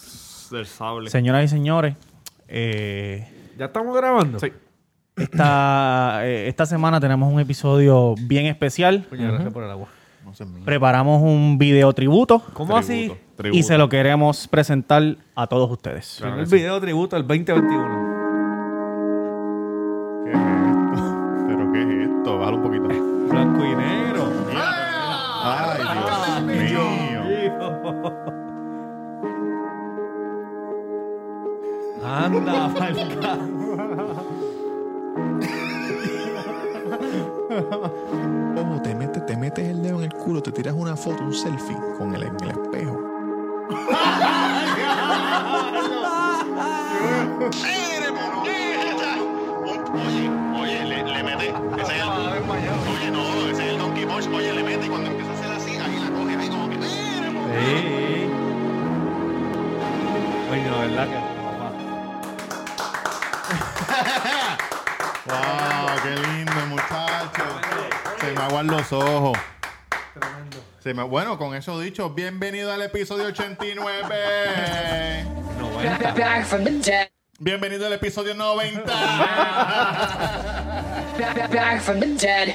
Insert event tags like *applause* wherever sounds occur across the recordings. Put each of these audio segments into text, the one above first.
Dios del sable. Señoras y señores, eh, ¿Ya estamos grabando? Sí. esta, eh, esta semana tenemos un episodio bien especial. Coño, gracias por el agua. No sé, mío. Preparamos un video tributo ¿Cómo Tributo, así? tributo. y se lo queremos presentar a todos ustedes. Claro que el sí. video tributo al 2021. ¿Qué es esto? ¿Pero qué es esto? Bájalo un poquito. Blanco y negro. ¡Ay, Dios mío! Anda, falca. Ojo, te metes, te metes el dedo en el culo, te tiras una foto, un selfie con el en el espejo. ¡Tigre, puñeta! Oye, oye, le, le mete. Ese es el. Oye, no, ese es el Donkey Punch. Oye, le mete y cuando empieza a hacer así, ahí la coge, ahí como que. ¡Tigre, puñeta! Sí. Coño, ¿verdad que? papá? ¡Wow! ¡Qué lindo, muchacho! Se me aguan los ojos. Se me... Bueno, con eso dicho, bienvenido al episodio 89. No, bueno. back from the dead. Bienvenido al episodio 90. Back, back from the dead.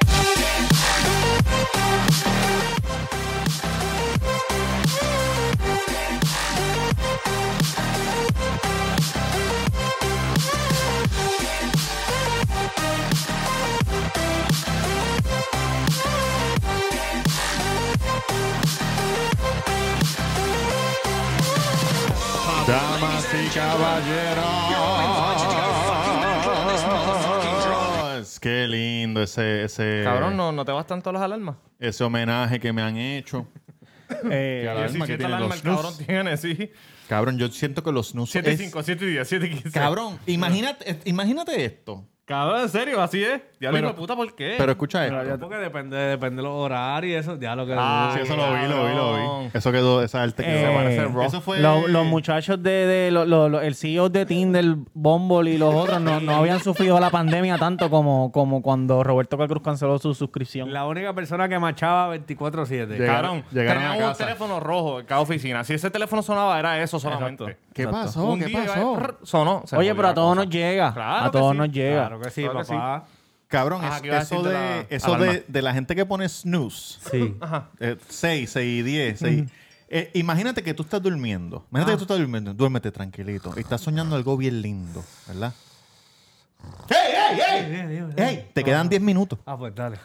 Damas y caballeros. Qué lindo ese, ese, Cabrón, ¿no, ¿no te vas tanto a las alarmas? ese homenaje que me han hecho. Eh, Y a la alarma 17 que tienen alarmas los el cabrón snus. tiene, sí. Cabrón, yo siento que los snus 7 y es- 5, 7 y 10, 7 y 15. Cabrón, imagínate, eh, imagínate esto. Cabrón, en serio, así es. Diablo, Pero- hijo de puta, ¿por qué? Pero escucha esto. Porque depende, depende de los horarios y eso. Ya lo que. Ah, Sí, eso lo vi, lo vi, lo vi. cabrón. Eso quedó, esa arte quedó. Eh, Eso fue... Lo- los muchachos de, de- lo- lo- lo- el CEO de Tinder, Bumble y los otros no, no habían sufrido la pandemia tanto como, como cuando Roberto Calcruz canceló su suscripción. La única persona que machaba 24-7. Llega- Cabrón, llegaron a teníamos un casa. teléfono rojo en cada oficina. Si ese teléfono sonaba, era eso solamente. ¿Qué Exacto. pasó? Un ¿Qué día, pasó? eh, prr, sonó. se Oye, jodió pero a la todos cosa. nos llega. Claro a que todos sí. nos llega. Claro que sí, Claro que sí. papá. Cabrón, Ajá, es- que iba a eso, decirte de, la- eso alarma. de, de la gente que pone snooze. Sí. 6, 6 y 10. imagínate que tú estás durmiendo. Imagínate que tú estás durmiendo. Duérmete tranquilito. Y estás soñando algo bien lindo, ¿verdad? ¡Ey, ey, ey! ¡Ey! Te quedan 10 minutos. Ah, pues dale.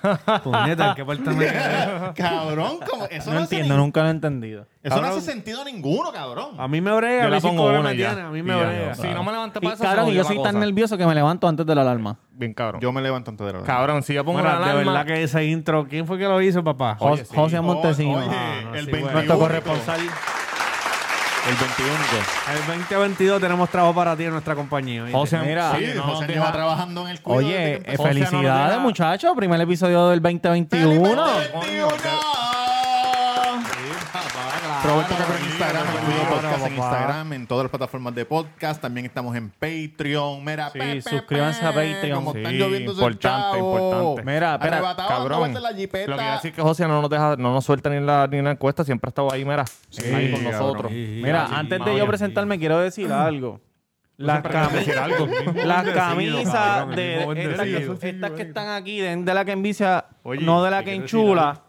Puñeta, ¿en qué parte *laughs* me quedé? *laughs* Cabrón, como eso No hace entiendo, ni- nunca lo he entendido. Eso no hace sentido ninguno, cabrón. A mí me brega. Yo la mi pongo psicóloga una me y ya. tiene, A mí me Y ya, brega. Si no me levanté Y, para eso, se cabrón, y jodió yo la soy tan cosa. nervioso que me levanto antes de la alarma. Bien, cabrón. Yo me levanto antes de la hora. Cabrón, si yo pongo Mira, una alarma... de verdad que esa intro, ¿quién fue que lo hizo, papá? Jo- José Montesino. Oye, Ah, no, el sí, 21. bueno. Nuestro corresponsal. El 21. El 2022 tenemos trabajo para ti en nuestra compañía. ¿oíste? José, Mira, sí, Sí, no nos José deja- lleva trabajando en el culo. Oye, eh, empezó. O sea, no nos felicidades, deja- muchachos. Primer episodio del 2021. Coño, Roberto Cacro en Instagram, el video claro, podcast en papá. Instagram, en todas las plataformas de podcast. También estamos en Patreon. Mira, Sí, suscríbanse a Patreon. Como están Sí, lloviendo importante, centavos. importante. Mira, espera, Arrebatado, Cabrón. aguante la jipeta. Lo que iba a decir que José no nos deja, no nos suelta ni en la, ni en la encuesta, siempre ha estado ahí, mira. ahí con cabrón. nosotros. Mira, antes de yo presentarme, quiero decir algo. Las camisas. Las camisas cabrón, de el mismo estas que- bendecido. estas que, están aquí, de, de la que envicia, Oye, no de la hay que que enchula,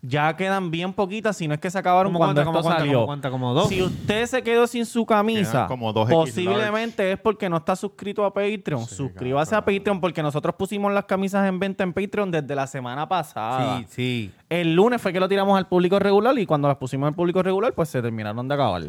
ya quedan bien poquitas, si no es que se acabaron ¿Cómo cuando cuánta, esto cómo cuánta, salió. cómo cuánta, como dos? Si usted se quedó sin su camisa, Quedan como dos X posiblemente es porque no está suscrito a Patreon. Suscríbase a Patreon porque nosotros pusimos las camisas en venta en Patreon desde la semana pasada. Sí, sí. El lunes fue que lo tiramos al público regular y cuando las pusimos al público regular, pues se terminaron de acabar.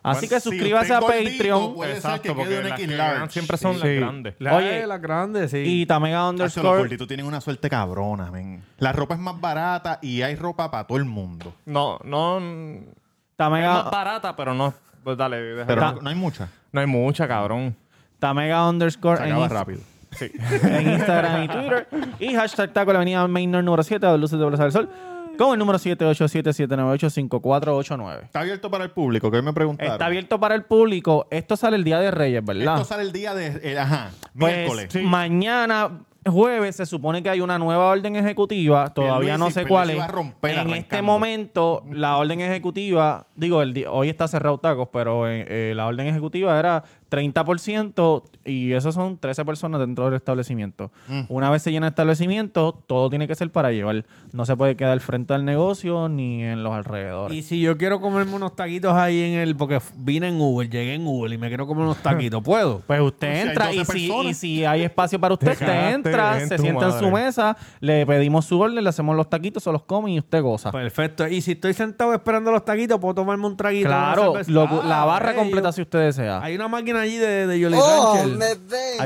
Así Bueno, que si suscríbase usted a es gordito, pues, Patreon. puede ser Exacto, que porque quede un las X que large. ganan siempre son las grandes. La- Oye, las grandes, sí. Y Tamega Hacho, los underscore. gorditos tienen una suerte cabrona, men. La ropa es más barata y hay ropa para todo el mundo. No, no. mm, Es más Tamega, barata, pero no. Pues dale, déjalo. Pero Ta- no, no hay mucha. no hay mucha, cabrón. Tamega underscore Se en, acaba Inst- rápido. *laughs* en Instagram y Twitter. Y hashtag taco la avenida Mainor número 7 a luces de Plaza del Sol. Con el número 787-798-5489. Está abierto para el público, que hoy me preguntaron. Está abierto para el público. Esto sale el día de Reyes, ¿verdad? Esto sale el día de. eh, ajá, Pues miércoles. mañana jueves se supone que hay una nueva orden ejecutiva, todavía no sé Pierluisi cuál es. va a romper en este arrancando. momento, la orden ejecutiva, digo, el di- hoy está cerrado tacos, pero eh, eh, la orden ejecutiva era 30% y esas son 13 personas dentro del establecimiento. Mm. Una vez se llena el establecimiento, todo tiene que ser para llevar. No se puede quedar frente al negocio ni en los alrededores. Y si yo quiero comerme unos taquitos ahí en el. Porque vine en Uber, llegué en Uber y me quiero comer *laughs* unos taquitos, ¿puedo? Pues Si usted hay entra 12 y, si, personas. y si hay espacio para usted, usted cagaste entra, en se tu sienta en su madre. mesa, le pedimos su orden, le hacemos los taquitos, se los come y usted goza. Perfecto. Y si estoy sentado esperando los taquitos, puedo tomarme un traguito. Claro, Una cerveza? lo- la Ah, barra ok, completa Oh, yo- si usted desea. Hay, Hay una máquina allí de, de Jolly Rancher.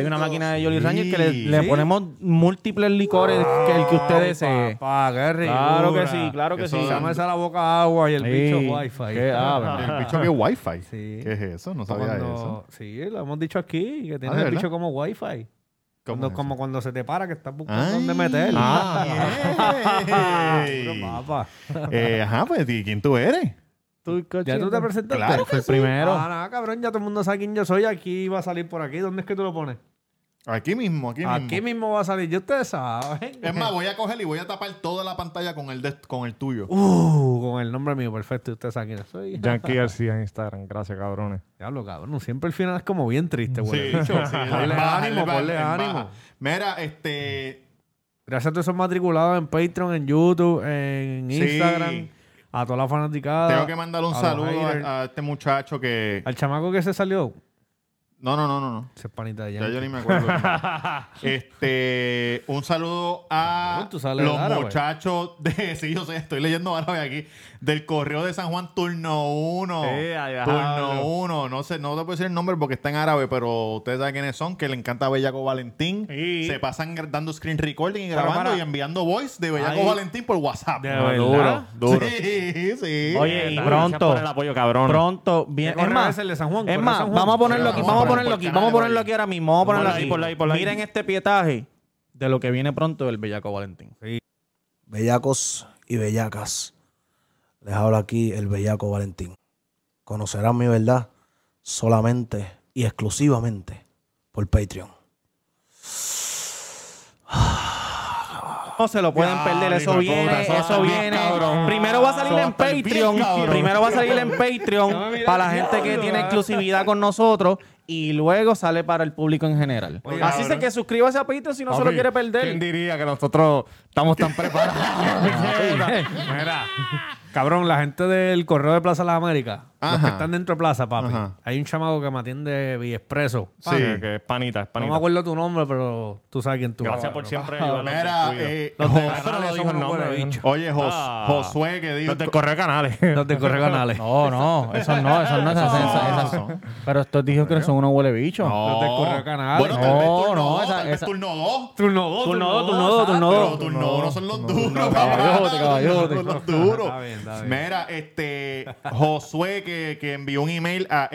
una máquina de Jolly Sí. Rancher que le, le Sí. Ah, ponemos múltiples licores que el que usted Ay, desee. papá, qué rico. Claro que sí, claro que Eso sí. da- Dame esa la boca agua y el bicho Sí, wifi. qué- ah, verdad. El bicho que es wifi. Sí. ¿Qué es eso? No sabía Cuando- eso. Sí, lo hemos dicho aquí, que Ah, tiene ¿de el bicho verdad? como wifi. ¿Cómo Cuando, es eso? Como cuando se te para que estás buscando Ay. dónde meter. *laughs* Ah, Pero, ey. papá, Eh, ajá, pues, ¿y quién tú eres? ¿Ya tú te presentaste? Claro Fue el primero. Ah, nada, cabrón, ya todo el mundo sabe quién yo soy. Aquí va a salir por aquí. ¿Dónde es que tú lo pones? Aquí mismo, aquí mismo. Aquí mismo va a salir. Ya ustedes saben. Es más, voy a coger y voy a tapar toda la pantalla con el, de- con el tuyo. Uh, con el nombre mío, perfecto. Y ustedes saben quién soy. Yankee García en Instagram. Gracias, cabrones. Diablo, cabrón. Siempre el final es como bien triste, güey. *laughs* Sí, sí, ponle en baja, en ánimo, baja, ponle en baja. ánimo. Mira, este. Gracias a todos esos matriculados en Patreon, en YouTube, en Sí. Instagram. A toda la fanaticada. Tengo que mandar un a los saludo haters. a, a este muchacho que. Al chamaco que se salió. No, no, no, no. no. Ese es panita de Ya Yankee. yo ni me acuerdo. este, un saludo a Cabrón, tú sales los del árabe. muchachos de. Sí, yo sé, estoy leyendo árabe aquí. Del correo de San Juan, turno 1. Eh, ay, turno diablo. 1. No sé, no te puedo decir el nombre porque está en árabe, pero ustedes saben quiénes son, que le encanta a Bellaco Valentín. Sí. Se pasan gra- dando screen recording y Pero grabando para- y enviando voice de Bellaco Ay. Valentín por WhatsApp. De- Ah, ¿verdad? Duro, duro. Sí, sí. Oye, y Gracias pronto, por el apoyo, cabrón. pronto, bien. Correo Es más, es el de San Juan, es correo más, San Juan. vamos a ponerlo Pero aquí, vamos a vamos a poner ponerlo por aquí, canal vamos a de ponerlo Valle. aquí ahora mismo, vamos a ponerlo Ponlo ahí, aquí. ponlo ahí, ponlo ahí. Miren este pietaje de lo que viene pronto del Bellaco Valentín. Bellacos y bellacas. Les habla aquí el bellaco Valentín. Conocerán mi verdad solamente y exclusivamente por Patreon. No se lo pueden Ya, perder, eso hijo de viene, puta, eso va a eso estar bien, viene. cabrón. Primero va a salir Eso va a en estar bien, Patreon, cabrón. primero va a salir en Patreon para la gente que tiene exclusividad con nosotros y luego sale para el público en general. Así cabrón. es que suscríbase a Patreon si no se lo Papi, quiere ¿Quién perder. diría que nosotros estamos tan preparados? Mira, cabrón, la gente del correo de Plaza Las Américas, los Ajá. que están dentro de Plaza, papi. Ajá. Hay un chamaco que me atiende vía expreso. Sí. Que- que es panita, es No panita. me acuerdo tu nombre, pero tú sabes quién tú Gracias por Cabrón. siempre ayudarnos. Mira, Te cuido. eh, Los Jos- de canales son unos nombres, huele ¿no? bicho. Oye, Jos- Ah. Josué, que dijo. Los del correo canales. *laughs* Los del correo *laughs* canales. No, no, eso no, eso no, esas, esas- esas- son. Pero estos dijo que son unos huele bichos. No. del correo canales. Bueno, tal vez No, turno no, dos, esa- tal vez esa- turno 2. Turno *laughs* 2, Turno dos, turno dos, turno dos. Pero turno no, son los duros. caballote, caballote. Son los duros. Está bien, está bien. Mira, este Josué que, que envió un email a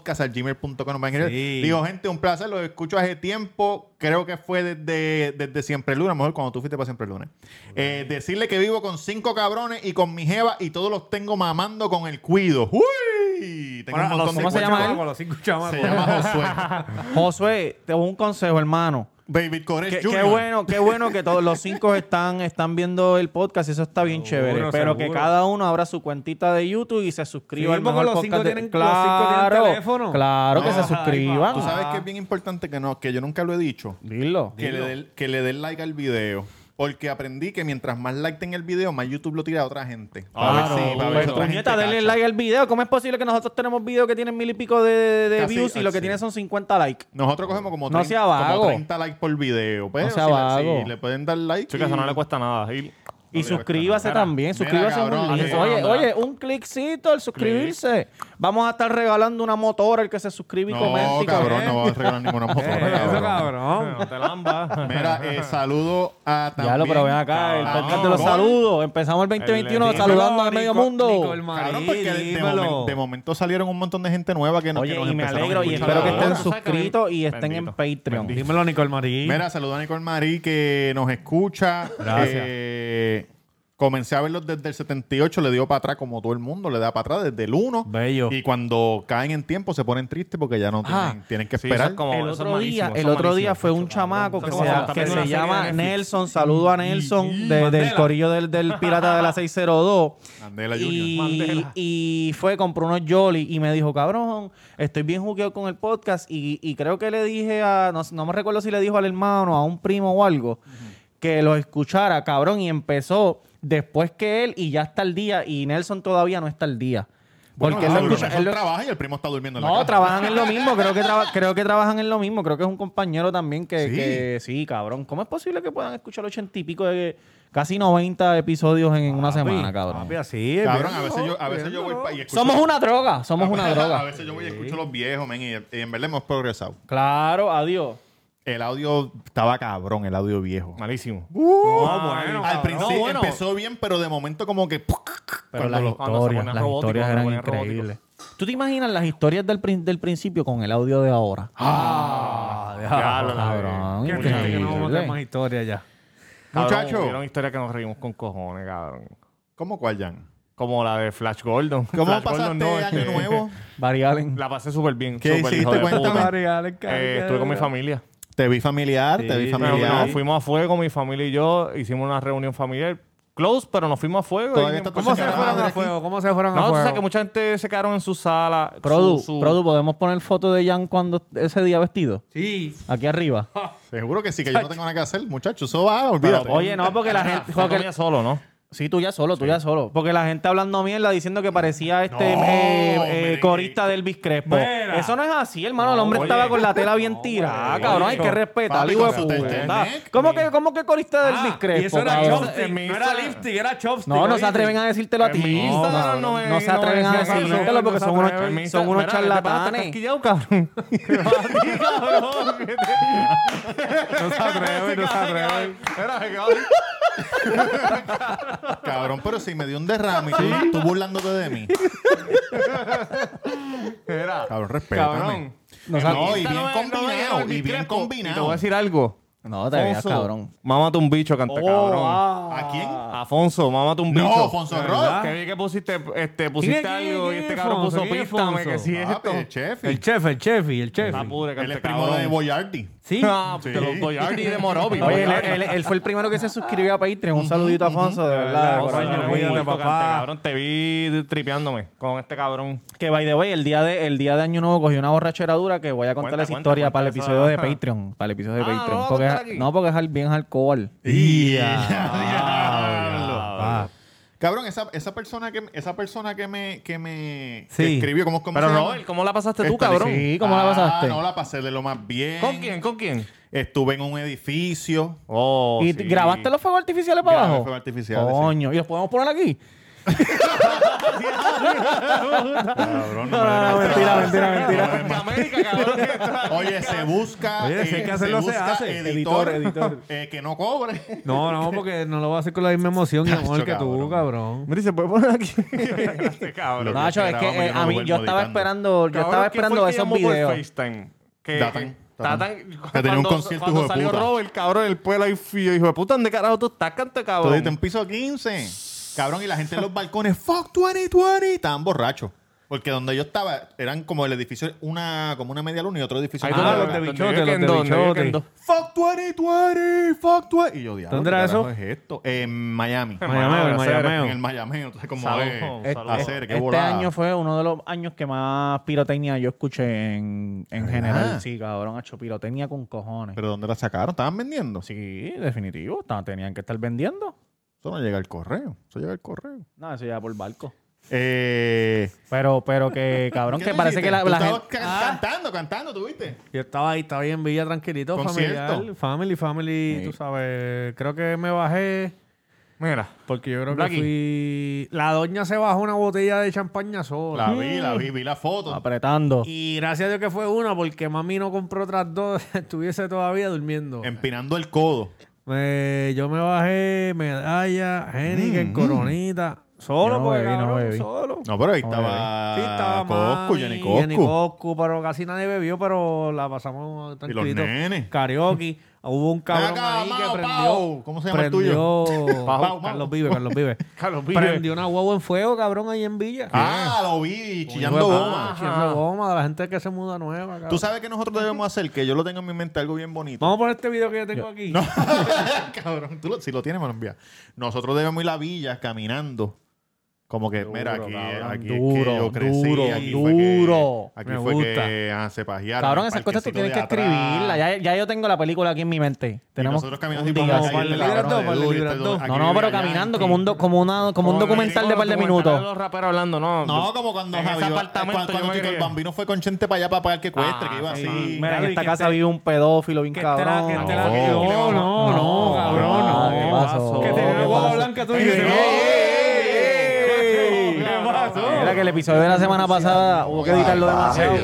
elcuidopodcast.gmail.com. Sí. Digo, gente, un placer, lo escucho hace tiempo. Creo que fue desde, desde siempre el lunes, a lo mejor cuando tú fuiste para siempre el lunes. Eh, decirle que vivo con cinco cabrones y con mi jeva y todos los tengo mamando con el cuido. ¡Uy! Tengo un montón de ¿cómo se cuernos. llama él? Los cinco chamacos. Se *laughs* llama Josué. Josué, te doy un consejo, hermano. David Correa Qué, Jr. qué bueno, qué bueno que todos los cinco están, están viendo el podcast. y Eso está bien Seguro, chévere. Pero que seguro. cada uno abra su cuentita de YouTube y se suscriba Sí, al porque mejor los podcast. cinco de- tienen- los cinco tienen claro, teléfono. claro que No. se Tú suscriban. sabes que es bien importante que no, que yo nunca lo he dicho. Dilo. Que le, den, que le den like al video. Porque aprendí que mientras más like tenga el video, más YouTube lo tira a otra gente. Para Claro, ver si- para ver si pues, otra gente puñeta, denle cacha. like al video. ¿Cómo es posible que nosotros tenemos videos que tienen mil y pico de, de- de Casi, views y lo que así. tiene son 50 likes? Nosotros cogemos como, No 30, sea vago. como 30 likes por video. Pero No sea si, la- vago. si le pueden dar like. Chicas, y- eso no le cuesta nada. Y- Y pues, le cuesta suscríbase nada. también, Mira, suscríbase. cabrón, un link. así oye, manda. oye, un cliccito al suscribirse. Vamos a estar regalando una motora el que se suscribe y comenta No, y cabrón, comenta. no vamos a regalar ninguna motora, Eso, *laughs* cabrón. cabrón. No te lambas. Mira, eh, saludo a también... Ya lo, pero ven acá, el Cabrón, podcast de los gol. saludos. Empezamos el 2021 El- saludando a Nico- medio mundo. Nico el Marí, Cabrón, porque de- de, dímelo. momen- de momento salieron un montón de gente nueva que, no, que Oye, nos y me empezaron a alegro y escuchar espero que ahora. estén Tú sabes que a mí- suscritos y estén en Patreon. Dímelo, Nicole Marín. Mira, saludo a Nicole Marí que nos escucha. Gracias. Eh, Comencé a verlos desde el 78, le dio para atrás como todo el mundo, le da para atrás desde el 1. Bello. Y cuando caen en tiempo se ponen tristes porque ya no Ah. tienen, tienen que Sí, eso es esperar. como- el eso es otro día, malísimo, el eso es otro día malísimo. fue un chamaco que Eso es se, como llama- está que viendo se una serie llama de Netflix. Nelson. Saludo a Nelson y- de- del Mandela. corillo del, del pirata de la 602. Mandela Junior. Y, Mandela. y fue, compró unos Jolly y me dijo, cabrón, estoy bien jugueado con el podcast. Y, y creo que le dije a, no, no me recuerdo si le dijo al hermano, a un primo o algo, que lo escuchara, cabrón. Y empezó después que él y ya está el día. Y Nelson todavía no está el día. Bueno, Porque ah, él lo pero escucha. Nelson él lo- trabaja y el primo está durmiendo en la no, casa. trabajan en lo mismo. Creo que, traba- creo que trabajan en lo mismo. Creo que es un compañero también que que- Sí. sí, cabrón. ¿Cómo es posible que puedan escuchar ochenta y pico de casi 90 episodios en una semana, cabrón? Papi, así es, Cabrón, a viéndolo, veces yo, a veces yo voy pa- y escucho... Pues Somos una droga, somos *laughs* a *laughs* una veces- droga. A veces yo voy y escucho a los viejos, men, y, y en verdad hemos progresado. Claro, adiós. El audio estaba cabrón, el audio viejo. Malísimo. Uh, No, Ah, bueno. Al principio No, bueno. empezó bien, pero de momento como que... Pero las historias, las historias eran increíbles. ¿Tú te imaginas las historias del, prin- del principio con el audio de ahora? Ah, diablo, cabrón, Qué increíble. triste que no vamos a contar más historias ya. Muchacho. Muchachos. Una historia que nos reímos con cojones, cabrón. ¿Cómo cuál, Jan? Como la de Flash Gordon. ¿Cómo Flash pasaste Gordon no, año este, nuevo? Barry Allen. La pasé súper bien. ¿Qué súper, hijo hiciste? de puta. Cuéntame. Eh, estuve con mi familia. Te vi familiar, te vi No, familiar. no, fuimos a fuego, mi familia y yo. Hicimos una reunión familiar. Close, pero nos fuimos a fuego. Todavía Y- está tu ¿Cómo se señora fueron madre a aquí? fuego? ¿Cómo se fueron No, tú a sabes que fuego? mucha gente se quedaron en su sala. su- Produ, su- Produ, ¿podemos poner foto de Jan cuando ese día vestido? Sí. Aquí *laughs* arriba. Seguro que sí, que yo no tengo nada que hacer, muchacho. Eso va, Pero, olvídate. Oye, no, porque la gente... Yo comía solo, ¿no? Sí, tú ya solo, tú ya solo. Porque la gente hablando mierda diciendo que parecía este No, eh, eh, merengue. corista del Biscrespo. Mira. Eso no es así, hermano. El hombre oye. estaba con la tela bien tirada, cabrón. Hay que respetar, Papi, hijo de con su puta. testnet. ¿Cómo que, cómo que corista del Ah, y Biscrespo, eso era cabrón? chopstick, En mi no era Instagram- lipstick, era chopstick. No, no se ¿oíste? atreven a decírtelo a En mi ti. No, Instagram no, es- no se atreven a es eso. decírtelo No porque se son unos, atreven. En mi son unos Instagram, mira, charlatanes. este pana está *laughs* quillao, cabrón. ¿Qué pasa a ti, cabrón? ¿Qué te- No se atreven, no se atreven. Espera, se quedó ahí. Cabrón, pero si me dio un derrame y tú, tú burlándote de mí. Espera. Cabrón, respétame. Cabrón. No, No, sabe- y Esta no es- bien no es- no combinado, es mi y bien crepo. Y Te combinado. voy a decir algo. No, te veas, Afonso, cabrón. Mámate un bicho, canta cabrón. ah. ¿A quién? Afonso, mámate un No, bicho. Afonso De Rock. verdad. Que vi que pusiste, este, pusiste ¿Quién es- quién es- algo y quién este es cabrón Afonso? puso ¿Quién es pístame Afonso? que sí es Papi, esto. el chef. El chef, el chef y el chef. Está pura, Él canta es primo cabrón. de Boyardi. Sí. Ah, de los Boyardi y de Morobi. Oye, él, él- él fue el primero que se suscribió a Patreon. Un saludito a Afonso, de verdad. verdad, de corazón. coño, Coño, cuídate, cuídate, papá. papá. Cabrón, te vi tripeándome con este cabrón. Que by the way, el día de, el día de Año Nuevo cogí una borrachera dura que voy a contar Cuenta, esa cuenta, historia cuenta para el esa- episodio de Patreon. Para el episodio de Ah, ¿lo Patreon. vas a porque, contar aquí? No, porque es al- bien alcohol. Diablo. Cabrón, esa, esa persona que esa persona que me que me que Sí. escribió cómo cómo Pero se no, llama? ¿cómo la pasaste tú, Esta- cabrón? Sí, ¿cómo la Ah, pasaste? no la pasé de lo más bien. ¿Con quién? ¿Con quién? Estuve en un edificio. Oh, ¿Y sí. grabaste los fuegos artificiales para Grabé abajo? fuegos artificiales, Coño, ¿y los podemos poner aquí? Cabrón, No, Ah, no, no, mentira, Ah. mentira, mentira. América, cabrón. que está- *laughs* Oye, se busca, eh, Oye, si hay que se hacerlo, se busca hace. editor, Editor, *laughs* eh, que no cobre. No, no, porque no lo voy a hacer con la misma emoción y amor que tú, cabrón. Mira, ¿se puede poner aquí? *laughs* Este cabrón. Lo Nacho, es que grabamos, eh, yo no a lo mí duermo yo estaba editando. esperando, yo Cabrón, ¿quién estaba fue esperando el que esos llamó por videos. FaceTime. Que, Tatán, Tatán. Tatán, Que tenía un cuando- concierto, hijo de Cuando salió puta. Robert, cabrón, el pueblo ahí fío. Hijo de puta, ¿dónde carajo tú estás, canta, Tú cabrón? dices, en piso 15. Cabrón, y la gente en los balcones, fuck 2020, estaban borrachos. Porque donde yo estaba, eran como el edificio, una, como una media luna y otro edificio. Ahí más Ah, donde- grande. los de donde bichote, vive los de Kendo, donde vive bichote. Kendo. Fuck 2020, fuck 20. Y yo, diablo, ¿Dónde ¿qué era eso? carajo es esto? En Miami. Mayameo, el Hacer- En el mayameo. Miami, entonces como Saludos, es saludos. hacer, qué Este volada. año fue uno de los años que más pirotecnia yo escuché en, en general. Sí, cabrón, ha hecho pirotecnia con cojones. ¿Pero dónde la sacaron? ¿Estaban vendiendo? Sí, definitivo. ta- Tenían que estar vendiendo. Eso no llega al correo. Eso llega al correo. No, eso ya por barco. Eh, Pero, pero *laughs* que, cabrón, ¿qué que tú parece hiciste? que la, Tú la Ah. estabas gente... ca- cantando, cantando, ¿tú viste? Yo estaba ahí, estaba bien villa, tranquilito, Concierto. familiar. Family, family, tú sabes. Creo que me bajé Mira. porque yo creo Blackie. que fui... La doña se bajó una botella de champaña sola. La vi, la vi, vi la foto. Ah, Apretando. Y gracias a Dios que fue una porque mami no compró otras dos. *laughs* Estuviese todavía durmiendo. Empinando el codo. Me- yo me bajé medalla, Henneken, coronita. Solo, Mm. Yo no porque, bebí, no cabrón, bebí. solo. No, pero ahí eh. Sí, estaba estaba Ah, Coscu, mami, Johnny Coscu. Coscu, pero casi nadie bebió, pero la pasamos Y los tranquilito. nenes. Karaoke. Hubo un cabrón Ven acá, ahí que Mao, prendió. Pao. ¿Cómo se llama el prendió- *laughs* Pao, Mao. Carlos Vive, Carlos *laughs* Vive. Carlos Vive. Prendió una guagua en fuego, cabrón, ahí en Villa. Ah, lo vi, chillando Hijo de goma. puta, Chillando goma de la gente que se muda nueva, cabrón. Tú sabes que nosotros debemos hacer, que yo lo tengo en mi mente, algo bien bonito. Vamos a poner este video que yo tengo aquí. No. *laughs* Cabrón, tú lo- si lo tienes, me lo envías. Nosotros debemos ir a la villa caminando. Como que, mira, aquí, cabrón, aquí es que duro, yo crecí. duro, aquí fue que- duro. aquí Me fue gusta. que ah, se pajearon. Cabrón, en el esas cosas tú parquecito tienes que de atrás. escribirlas. Ya, ya yo tengo la película aquí en mi mente. Y Tenemos nosotros caminando un por día la así, calle, el cabrón. cabrón, libreto, de para el duro, y libreto. todo- aquí No, no, pero vive caminando Yankee. como un, do- como una, como un Como documental de par de minutos. Los raperos hablando, no. No, como cuando En ese Javi- apartamento yo cuando, cuando me Tito el crié. Bambino fue con Chente para allá para pagar que cuestre, que iba así. Mira, en Claro, y esta que casa este- vive un pedófilo bien Que te la, cabrón. que te No. la- no, no, no, cabrón, Ah, no. ¿qué pasó? Que tenía una ¿Qué guagua pasó? blanca tú Ey, dices, ey, "Ey, ey, ¿Qué ey, pasó? Mira que el episodio de la semana pasada hubo que editarlo demasiado.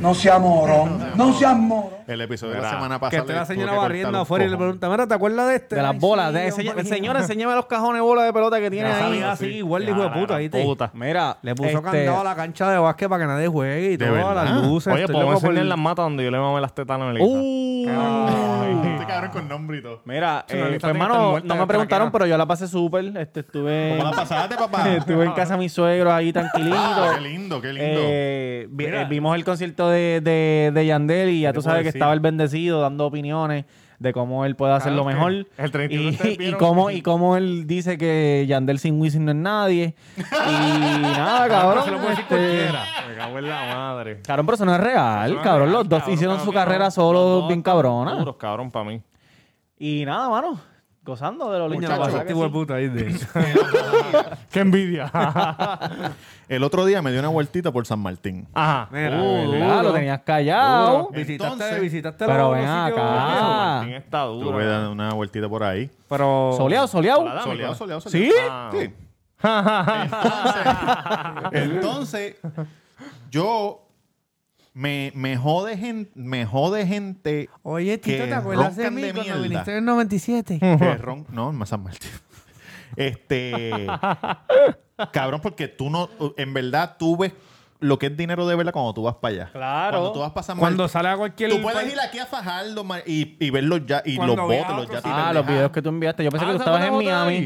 No seas morón, no seas morón. El episodio de la semana Que pasada. esté la le tuve señora que cortar barriendo los afuera y le cojones. pregunta, mira, ¿te acuerdas de este? De las Ay, bolas. sí, de- yo enseña- me señora, enséñame los cajones de bola de pelota que tiene Ya ahí. sabía así, igual de hijo de puta, ¿viste? Mira, Le puso este, candado a la cancha de básquet para que nadie juegue y ¿De todo, a verdad? las luces. Oye, estoy podemos Este loco por- poner las matas donde yo le mamé las tetas a Melita. Uh, Este cabrón con nombre y todo. Mira, Sí, no, eh, ahorita pues, tiene que estar hermano, muerta no de me preguntaron, traquera. pero yo la pasé súper. Este, estuve, ¿Cómo *laughs* la pasaste, papá? estuve en casa de mi suegro *laughs* ahí tranquilito. Ah, qué lindo, qué lindo. Eh, vi- Mira. eh, vimos el concierto de, de, de Yandel y ya te tú puedo sabes que decir? estaba el bendecido dando opiniones de cómo él puede hacerlo Claro, mejor. que Ah, el 31 y, ustedes y vieron- cómo, y cómo él dice que Yandel sin Wisin no es nadie. *laughs* Y nada, cabrón. se lo puede decir este, cualquiera. Me cago en la madre. Cabrón, pero eso no es real, Eso no es cabrón. real, Los dos cabrón, hicieron su cabrón. carrera Los solos dos bien cabrona. Duros, cabrón, para mí. *laughs* Y nada, mano. Gozando de lo lindo. Coño, que la Muchacho, pasa pasaste, que este hijo de sí. puta, ¿viste? ¡Qué envidia! *laughs* El otro día me dio una vueltita por San Martín. Ajá. Mira, Uh, ¿verdad? Ah, lo Duro. tenías callado. Visitaste, Entonces- visitaste Pero los ven sitios- acá. Martín está duro. Tuve dar una vueltita por ahí. Pero... Soleado, soleado. Hola, dame. Soleado, soleado, soleado. ¿Sí? Ah. Sí. Entonces, entonces, yo me, me jode gente, me jode gente Oye, Tito, que ¿te acuerdas de roncan mí de cuando mierda. viniste en el 97? que ron- no, en San Martín. *laughs* Este cabrón, porque tú no, en verdad tú ves lo que es dinero de verdad cuando tú vas para allá. Claro. Cuando tú vas para San Cuando Martín, sale a cualquier... Tú puedes ir aquí a Fajardo ma- y, y ver los ya, y Cuando los veas botes, a los otro yates. sitio. y Ah, los pendejadas. videos que tú enviaste. Yo pensé Ah, que tú ¿esa estabas fue la en foto de Miami.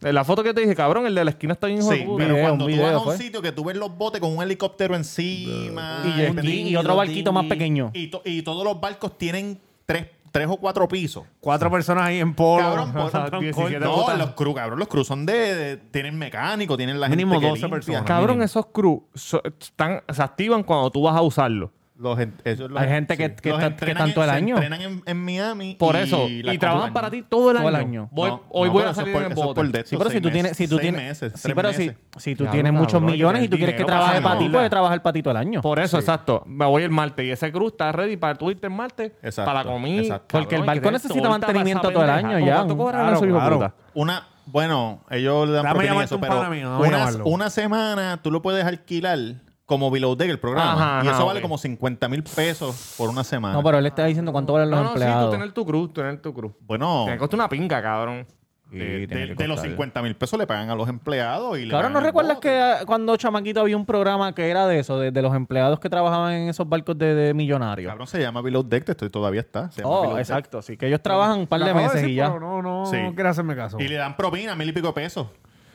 ahí? Eh, La foto que te dije, cabrón, el de la esquina está bien hijo de Sí, puta. pero video, cuando un tú vas video a un fue. sitio que tú ves los botes con un helicóptero encima. Y jet ski, y otro barquito más pequeño. Y, to- y todos los barcos tienen tres, tres o cuatro pisos. Cuatro personas ahí en polo. Cabrón, por- Tan 17 corto. no, los cruz, cabrón, los cruz son de, de- tienen mecánico, tienen la Mínimo gente que 12 limpia. personas. Cabrón, Mínimo. esos crew so- están, se activan cuando tú vas a usarlo. Los en- esos los- Hay gente que- que Los está- que entrenan tanto en- el se año. entrenan en, en Miami. Por eso. y Y, la trabajan controlan. para ti todo el Todo el año. año. Voy- No, hoy no, voy pero a eso salir es por- en el eso es bote. por de- Sí, pero si seis tú tienes, meses, si tú seis tienes, meses, sí, tres pero si, meses. si tú Ya, tienes no, muchos cabrón, millones que y tú quieres que dinero trabaje para para ti, nada. puedes trabajar para ti todo el año. Por eso, exacto. Me voy el martes. Y ese crew está ready para tú irte el martes. Exacto, Para comer. exacto. Porque el y barco creer necesita torta este para mantenimiento esa todo el pendeja. año ¿Cómo ya? ¿Cuánto cobran Claro, esos hijos de claro. puta? Una, bueno, ellos le dan Dame propina y llamarte eso, un pero pana mío, dame una- llamarlo. una semana tú lo puedes alquilar como Below Deck el programa. Ajá, y eso ajá, vale ok. como 50 mil pesos por una semana. No, pero él está diciendo cuánto valen los No, no, sí, tú empleados. tener tu crew, tener tu crew. Bueno, Te costa una pinca, cabrón. de, de- de los 50 mil pesos le pagan a los empleados y le Cabrón, pagan ¿no el recuerdas bote. que ah, cuando Chamaquito había un programa que era de eso, de, de los empleados que trabajaban en esos barcos de, de millonarios? Cabrón, se llama Below Deck, te estoy, todavía está. se llama Below Oh, Deck. exacto, sí, que ellos trabajan un par Lo de acabo de meses decir, y ya. pero No, no, Sí. no quiero hacerme caso. Y le dan propina, mil y pico de pesos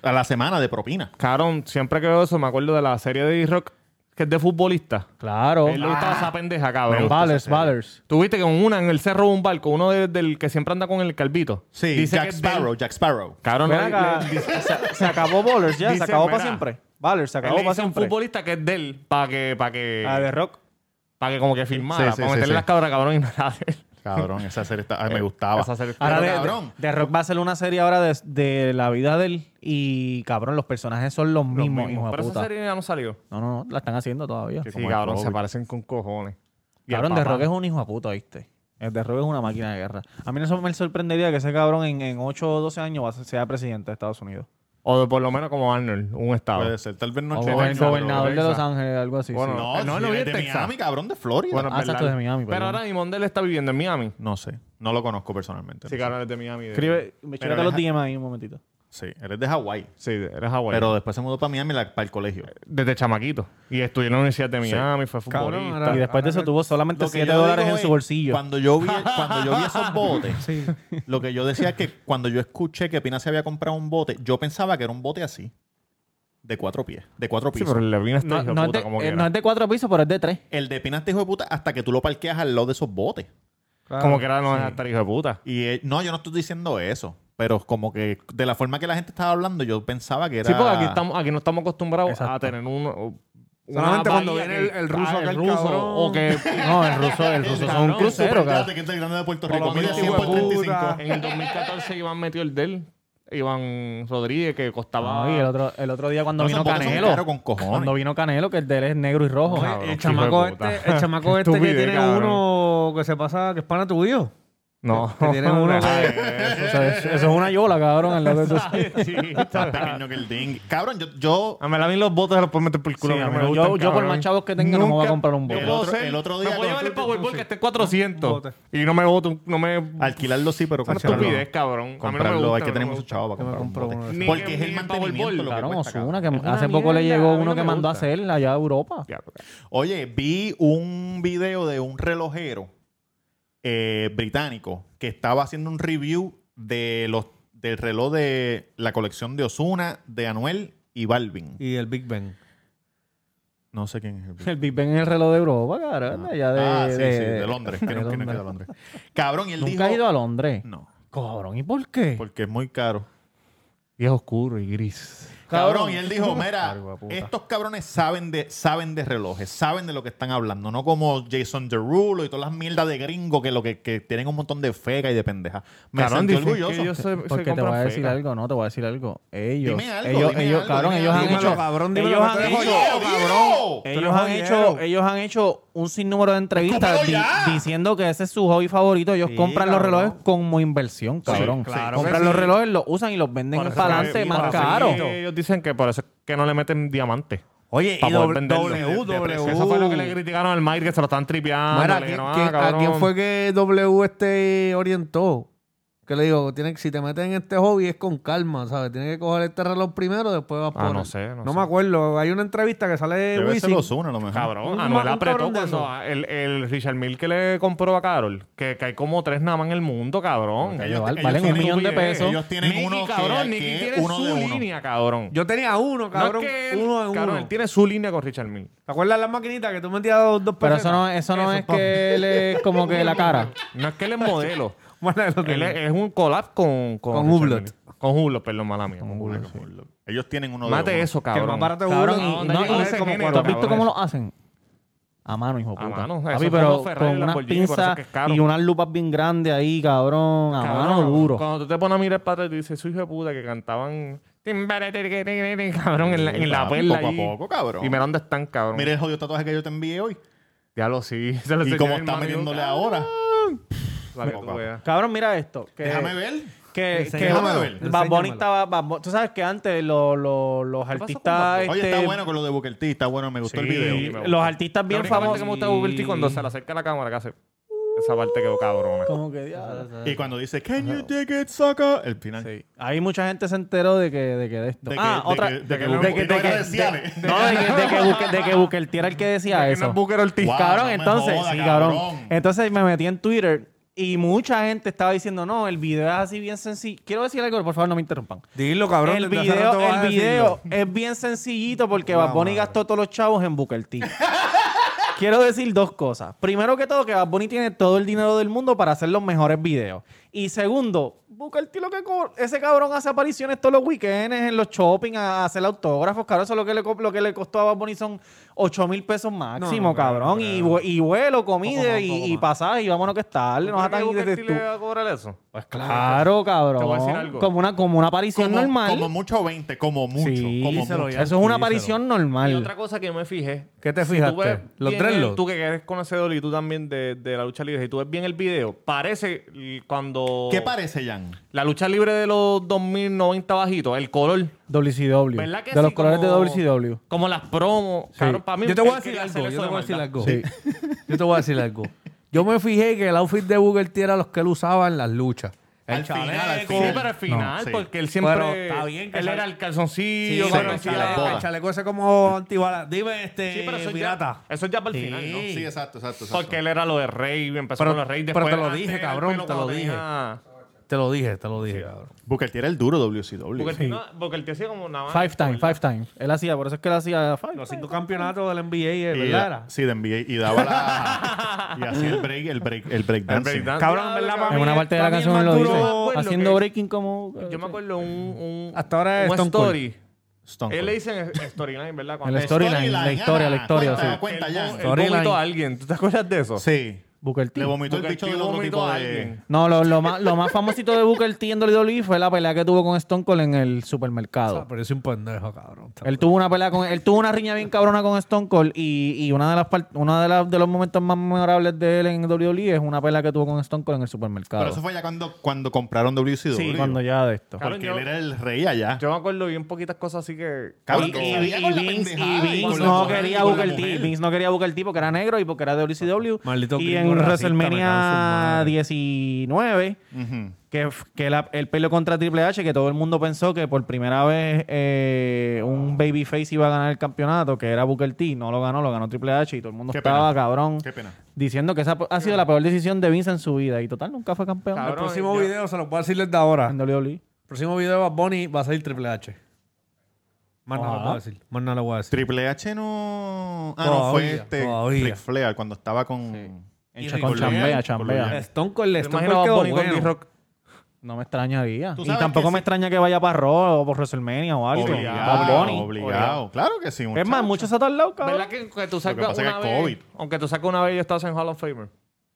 a la semana de propina. Cabrón, siempre que veo eso me acuerdo de la serie de D-Rock que es de futbolista. Oh. Claro. Él le gustaba esa pendeja, Valers, cabrón. Valers, Tuviste que en una en el cerro de un barco, uno de- del que siempre anda con el calvito. Dice Jack que es del- Sparrow, Jack Sparrow. Cabrón, Ven le- acá, le- dice- se, se acabó Ballers ya, Dice, se acabó para mira, siempre. Ballers, se él le acabó para dice a un siempre. futbolista que es de él para que, para que, A The Rock. para que como que firmara, Sí, sí, para sí, meterle sí. las cabras, cabrón, y no era de él. Cabrón, esa serie Eh, está, ay, me gustaba. Esa serie está- Ahora Pero, de, cabrón, de- de Rock va a hacer una serie ahora de, de la vida de él y cabrón, los personajes son los Los mismos, hijo de Pero esa puta. serie ya no salió. No, no, no, la están haciendo todavía. Sí, como el cabrón, COVID. se parecen con cojones. Y el Cabrón, de papá. Rock es un hijo de puta, ¿viste? El de Rock es una máquina de guerra. A mí no me sorprendería que ese cabrón en, en 8 o 12 años va a ser- sea presidente de Estados Unidos. O de- por lo menos como Arnold, un Ah. estado. puede ser tal vez no O Cheney, el pero- gobernador de Los Texas. Ángeles, algo así. Bueno, sí. No, No, no, él no no vive en es de Texas. Miami, cabrón, de Florida. Bueno, ah, es verdad. exacto, de Miami, Pero perdón. ahora Mondel está viviendo en Miami. no sé, no lo conozco personalmente. Sí, no sé. cabrón, es de Miami. de- Escribe, me Pero chécate los deja- DM ahí un momentito. Sí, él es de Hawái. Sí, eres Hawái. Pero después se mudó para Miami la- para el colegio. desde chamaquito. Y estudió en la Universidad de Miami, fue futbolista. Cabrón, ahora- Y después de eso tuvo solamente Lo que 7 yo dólares digo en su es, bolsillo. Cuando yo *laughs* vi, cuando yo vi esos botes, Sí. lo que yo decía es que cuando yo escuché que Pina se había comprado un bote, yo pensaba que era un bote así, de cuatro pies, de cuatro Sí, pisos. pero le vino No, este hijo de no es de, puta como eh, que no es de cuatro pisos, pero es de tres. El de Pina este hijo de puta hasta que tú lo parqueas al lado de esos botes. Como que era no es estar hijo de puta. Y eh, no, yo no estoy diciendo eso, pero como que de la forma que la gente estaba hablando, yo pensaba que era... Sí, porque aquí, estamos, aquí no estamos acostumbrados a Exacto. tener uno. una Solamente cuando bahía viene el- el ruso acá, el cabrón. O que. No, el ruso, el ruso son un Cabrón, crucero, cabrón. Espérate, que es el grande de Puerto Por Rico, lo mide menos 100 por hijo de puta. 35. En el 2014 Iván metió el del Iván Rodríguez, que costaba. No, y el otro, el otro día cuando No, vino esos botes son caros Canelo. con cojones. *laughs* Cuando vino Canelo, que el de él es negro y rojo. Cabrón, el hijo chamaco de puta. este, el chamaco Qué este que estupidez, tiene cabrón. uno que se pasa, que es pana tuyo. No. *laughs* que tiene uno que- Eso, es- eso es una yola, cabrón. en lo que tú- *laughs* Más pequeño que el ding. Cabrón, yo, yo A mí la mí los botes se los puedo meter por el culo. Sí, a mí no a mí me no. gustan, Yo- yo por cabrón. más chavos que tenga, no me voy a Nunca- comprar un Yo bote. El puedo otro- ser- el otro día Me puedo con- llevar el tú- Powerball que esté en Un 400. bote. Y no me voto. No me. Una alquilarlo sí, pero comprarlo no. estupidez, cabrón. A mí no me Comprarlo, gusta. hay que a mí no tener me mucho gusta. chavo para comprar un compro bote. uno de esos. Porque Ni es el que- ni el mantenimiento lo que Powerball, Cabrón, cuesta, cabrón. Osuna, que Es una hace poco le mierda, a llegó mí no uno que me mandó a gusta. hacer allá a Europa. Ya, pero- Oye, vi un video de un relojero eh, británico que estaba haciendo un review de los del reloj de la colección de Osuna, de Anuel y Balvin. Y el Big Ben. No sé quién es *laughs* el El Big Ben es el reloj de Europa, cabrón. de allá de, Ah, sí, de- sí, *laughs* de Londres. Que no, que no Londres. queda Londres. Cabrón, y él dijo... Mm. Nunca he ido a Londres. No, Cabrón, ¿y por qué? porque es muy caro. Y es oscuro y gris. Cabrón, y *laughs* él dijo, mira, Cargo de puta. estos cabrones saben de, saben de relojes, saben de lo que están hablando, no como Jason Derulo y todas las mierdas de gringo que, lo que, que tienen un montón de feca y de pendeja. Me Cabrón, sentí dicen que orgulloso. ellos se- se Porque te compran voy a decir feca. algo, no, te voy a decir algo. Ellos, Dime algo, ellos, dime ellos, algo, cabrón, dime ellos han algo. hecho, ellos cabrón, dímelo, no Dímelo, han hecho, te dejes llevar. ¡Dilo, dilo! ellos han hecho, joyero. ellos han hecho un sinnúmero de entrevistas Escúpelo di- ya. diciendo que ese es su hobby favorito. Ellos Sí, compran los cabrón. relojes como inversión, cabrón. claro compran que los sí. relojes, los usan y los venden Por eso para que- adelante por más eso que caro. Ellos dicen que por eso es que no le meten diamante. Oye, Pa' y poder doble- venderlo. W, De- de precio. W. Eso fue lo que le criticaron al Mayer, que se lo están tripeando. Mira, le ¿quién- dijeron, ah, quién- ¿a cabrón. quién fue que W este orientó? Que le digo, tiene, que- si te metes en este hobby es con calma, ¿sabes? Tienes que coger este reloj primero, después vas por Ah, no él. sé, no No sé. me acuerdo. Hay una entrevista que sale Debe ser Wisin. Ozuna, a lo mejor. Cabrón, Un a ma- Noel un apretó cabrón de cuando esos. a- el, el Richard Mill que le compró a Carol, que, que hay como tres nada más en el mundo, cabrón. Ellos- Val- ellos valen un tienen- millón de ellos pesos. Ellos tienen Nicky, uno que- cabrón, Nicky que tiene uno su de uno. línea, cabrón. Yo tenía uno, cabrón. no es que él, uno en cabrón, uno. él tiene su línea con Richard Mill. ¿Te acuerdas la maquinita que tú metías dos, dos Pero eso pesetas? no, eso no es pa- que él es como que la cara. No es que él *laughs* es modelo. *laughs* Bueno, el otro él día. es, es un collab con... Con, Con Richard Hublot. Mill. Con Hublot, perdón, mala mía. con Hublot. Ellos tienen uno de Mate uno. eso, que el cabrón. más barato es Cabrón, uno. y- ¿dónde no, llegó y- ese como género, ¿Tú has visto cabrón? cómo lo hacen? A mano, hijo de A puta. mano, eso Papi, es pero como Ferrari, con unas Lamborghini, por eso pinzas que es caro. y unas lupas bien grandes ahí, cabrón. A Cabrón, mano duro. Cuando tú te pones a mirar para atrás y dices, su hijo de puta, que cantaban. "Timbaratiriquitiriquitirin", Cabrón, en la, en la Papi, perla. poco a allí. poco, cabrón. Y mira dónde están, cabrón. Mira el jodido tatuaje que yo te envié hoy. *laughs* ya lo sí. Se lo Y enseñé cómo a mi está hermano y yo, metiéndole ahora. "Ah, la que Poco a tú veas". Cabrón, mira esto. Que, Eh, Déjame ver. Que, que Déjame Bad ver. Bunny Enséñamelo. estaba. Bad Bu- tú sabes que antes lo- lo- los pasó con artistas. Bad Bunny? Oye, este, está bueno con lo de Booker T. Está bueno, me gustó el Sí, video. me Los gusta. artistas bien La única parte famosos. que me gusta de Booker T este cuando se le acerca la cámara, que hace. Esa parte quedó cabrona. Como que, diablo. Y cuando dice, Can you dig it, sucker? El final. Sí. Ahí mucha gente se enteró de que de, que de esto. De que- ah, de otra. que- De de que que de que- de Booker no era de *laughs* Ciales. que- no, de que- de que Booker- de que Booker T era el que decía Que eso. no es Booker Ortiz. Wow, cabrón, no me entonces, joda, sí, cabrón. cabrón. Entonces me metí en Twitter y mucha gente estaba diciendo, no, el video es así bien sencillo. Quiero decir algo, por favor, no me interrumpan. Dilo, cabrón. el desde hace rato video, vas a el video decirlo. es bien sencillito porque Bad Bunny gastó todos los chavos en Booker T. Quiero decir dos cosas. Primero que todo, que Bad Bunny tiene todo el dinero del mundo para hacer los mejores videos. Y segundo, Booker T lo que co- ese cabrón hace apariciones todos los weekends en los shopping a hacer autógrafos. Cabrón, eso es lo que le, co- lo que le costó a Bad Bunny son 8 mil pesos máximo, No, no creo, cabrón. no creo. Y, vu- y vuelo, comida Poco más, y, poco y más. pasaje y vámonos que es tarde. Nos ¿Tú crees atan que y Booker T desde tú. le va a cobrar eso? Pues claro, cabrón. Te voy a decir algo. Como una, como una aparición Como, normal. como mucho 20, como mucho. Sí, como díselo mucho. ya. Eso es una aparición Y normal. otra cosa que me fijé. ¿Qué te si tú fijaste? ves ¿Los bien dreadlocks? el- Tú que eres conocedor y tú también de, de la lucha libre. Si tú ves bien el video, parece l- cuando... ¿Qué parece, Jan? La lucha libre de los 2090 bajitos, el color. WCW. ¿Verdad que de los sí? colores Como- de WCW. Como las promos. Cabrón, para mí... yo te voy él a decir quería algo. hacer Yo eso te voy a de decir maldad. algo. Yo te voy a decir algo. Yo me fijé que el outfit de Booker T era los que él usaba en las luchas. El Al chaleco. final, al Sí, final. pero al final, No, sí. porque él siempre. Pero está bien que él sal- era el calzoncillo. Sí, con pero el el sí, las chaleco, bodas. el chaleco ese como antibala. Dime, este, Sí, pero eso es pirata. ya, eso es ya para el Sí. final, ¿no? Sí, exacto, exacto. exacto. Porque él era lo de Rey, empezó Pero- con los Rey. pero Después, te lo antes dije, era el cabrón, pelo te lo cuando dije. tenía- Te lo dije, te lo dije, cabrón. Booker T era el duro WCW. Porque, el, no, porque el tío hacía como una banda, Five times, five times. Él hacía, por eso es que él hacía five. Los times. cinco campeonatos del NBA, Y ¿verdad? da- sí, de NBA. Y daba la. *laughs* y hacía el break, el break, el break El dancing. breakdance. Cabrón, en verdad, Diablo, para En mí una es- parte de la para mí el canción él lo más dice. duro fue pues, lo Haciendo que- breaking como. Yo me acuerdo un, un Hasta ahora es un Stone Cold. story. Stone Cold. Él le dicen storyline, ¿verdad? El Cuando él- storyline, la historia, la ah, historia. cuenta, sí. cuenta ya. él storyline. vomitó a alguien. ¿Tú te acuerdas de eso? Sí. Booker T. Le vomitó el Porque bicho el del tío otro vomitó tipo a de. alguien. No, lo, lo más, lo más famosito de Booker T en WWE fue la pelea que tuvo con Stone Cold en el supermercado. Pero yo soy un pendejo, cabrón. Él tuvo una pelea con, él tuvo una riña bien cabrona con Stone Cold y, y una de las par- una de, las- de los momentos más memorables de él en WWE es una pelea que tuvo con Stone Cold en el supermercado. Pero eso fue ya cuando, cuando compraron WCW. sí, cuando ya de esto. Porque Cabrón, yo- él era el rey allá. Yo me acuerdo bien poquitas cosas así que... Cabrón, Y, que y- salía y con la Vince, pendejada y y Vince con la no mujer, quería y con la Booker T. mujer. Vince no quería Booker T porque era negro y porque era de WCW. Maldito y gringo en racista, me WrestleMania cago en su madre. 19, Ujú. que, f- que la- el pelo contra Triple H, que todo el mundo pensó que por primera vez eh, un babyface iba a ganar el campeonato, que era Booker T. No lo ganó, lo ganó Triple H y todo el mundo Qué estaba pena. cabrón. Qué pena. Diciendo que esa ha sido la peor decisión de Vince en su vida. Y total, nunca fue campeón. El Cabrón, próximo yo- video se los voy a decir desde ahora. En E. WWE. El próximo video de Bad Bunny va a salir Triple H. Más nada Ojalá. lo voy a decir. Más nada lo voy a decir. Triple H no. Ah, no, Todavía, fue este. todavía. Ric Flair cuando estaba con. En Y cha- con Rick Flair, chambea, con chambea. Luyan. Stone Cold, ¿Te Stone imaginas Cold a quedó Bonnie con bueno. D-Rock? No me extrañaría. Tú Y sabes tampoco que me sí. extraña que vaya para Raw o por WrestleMania o algo. Obligado, Bad Bunny. obligado. Claro que sí. Es más, muchacho. muchos se ha tardado, cabrón. ¿Verdad que aunque tú Lo que sacas pasa una es que es vez... COVID. Aunque tú sacas una vez y ya estás en Hall of Famer?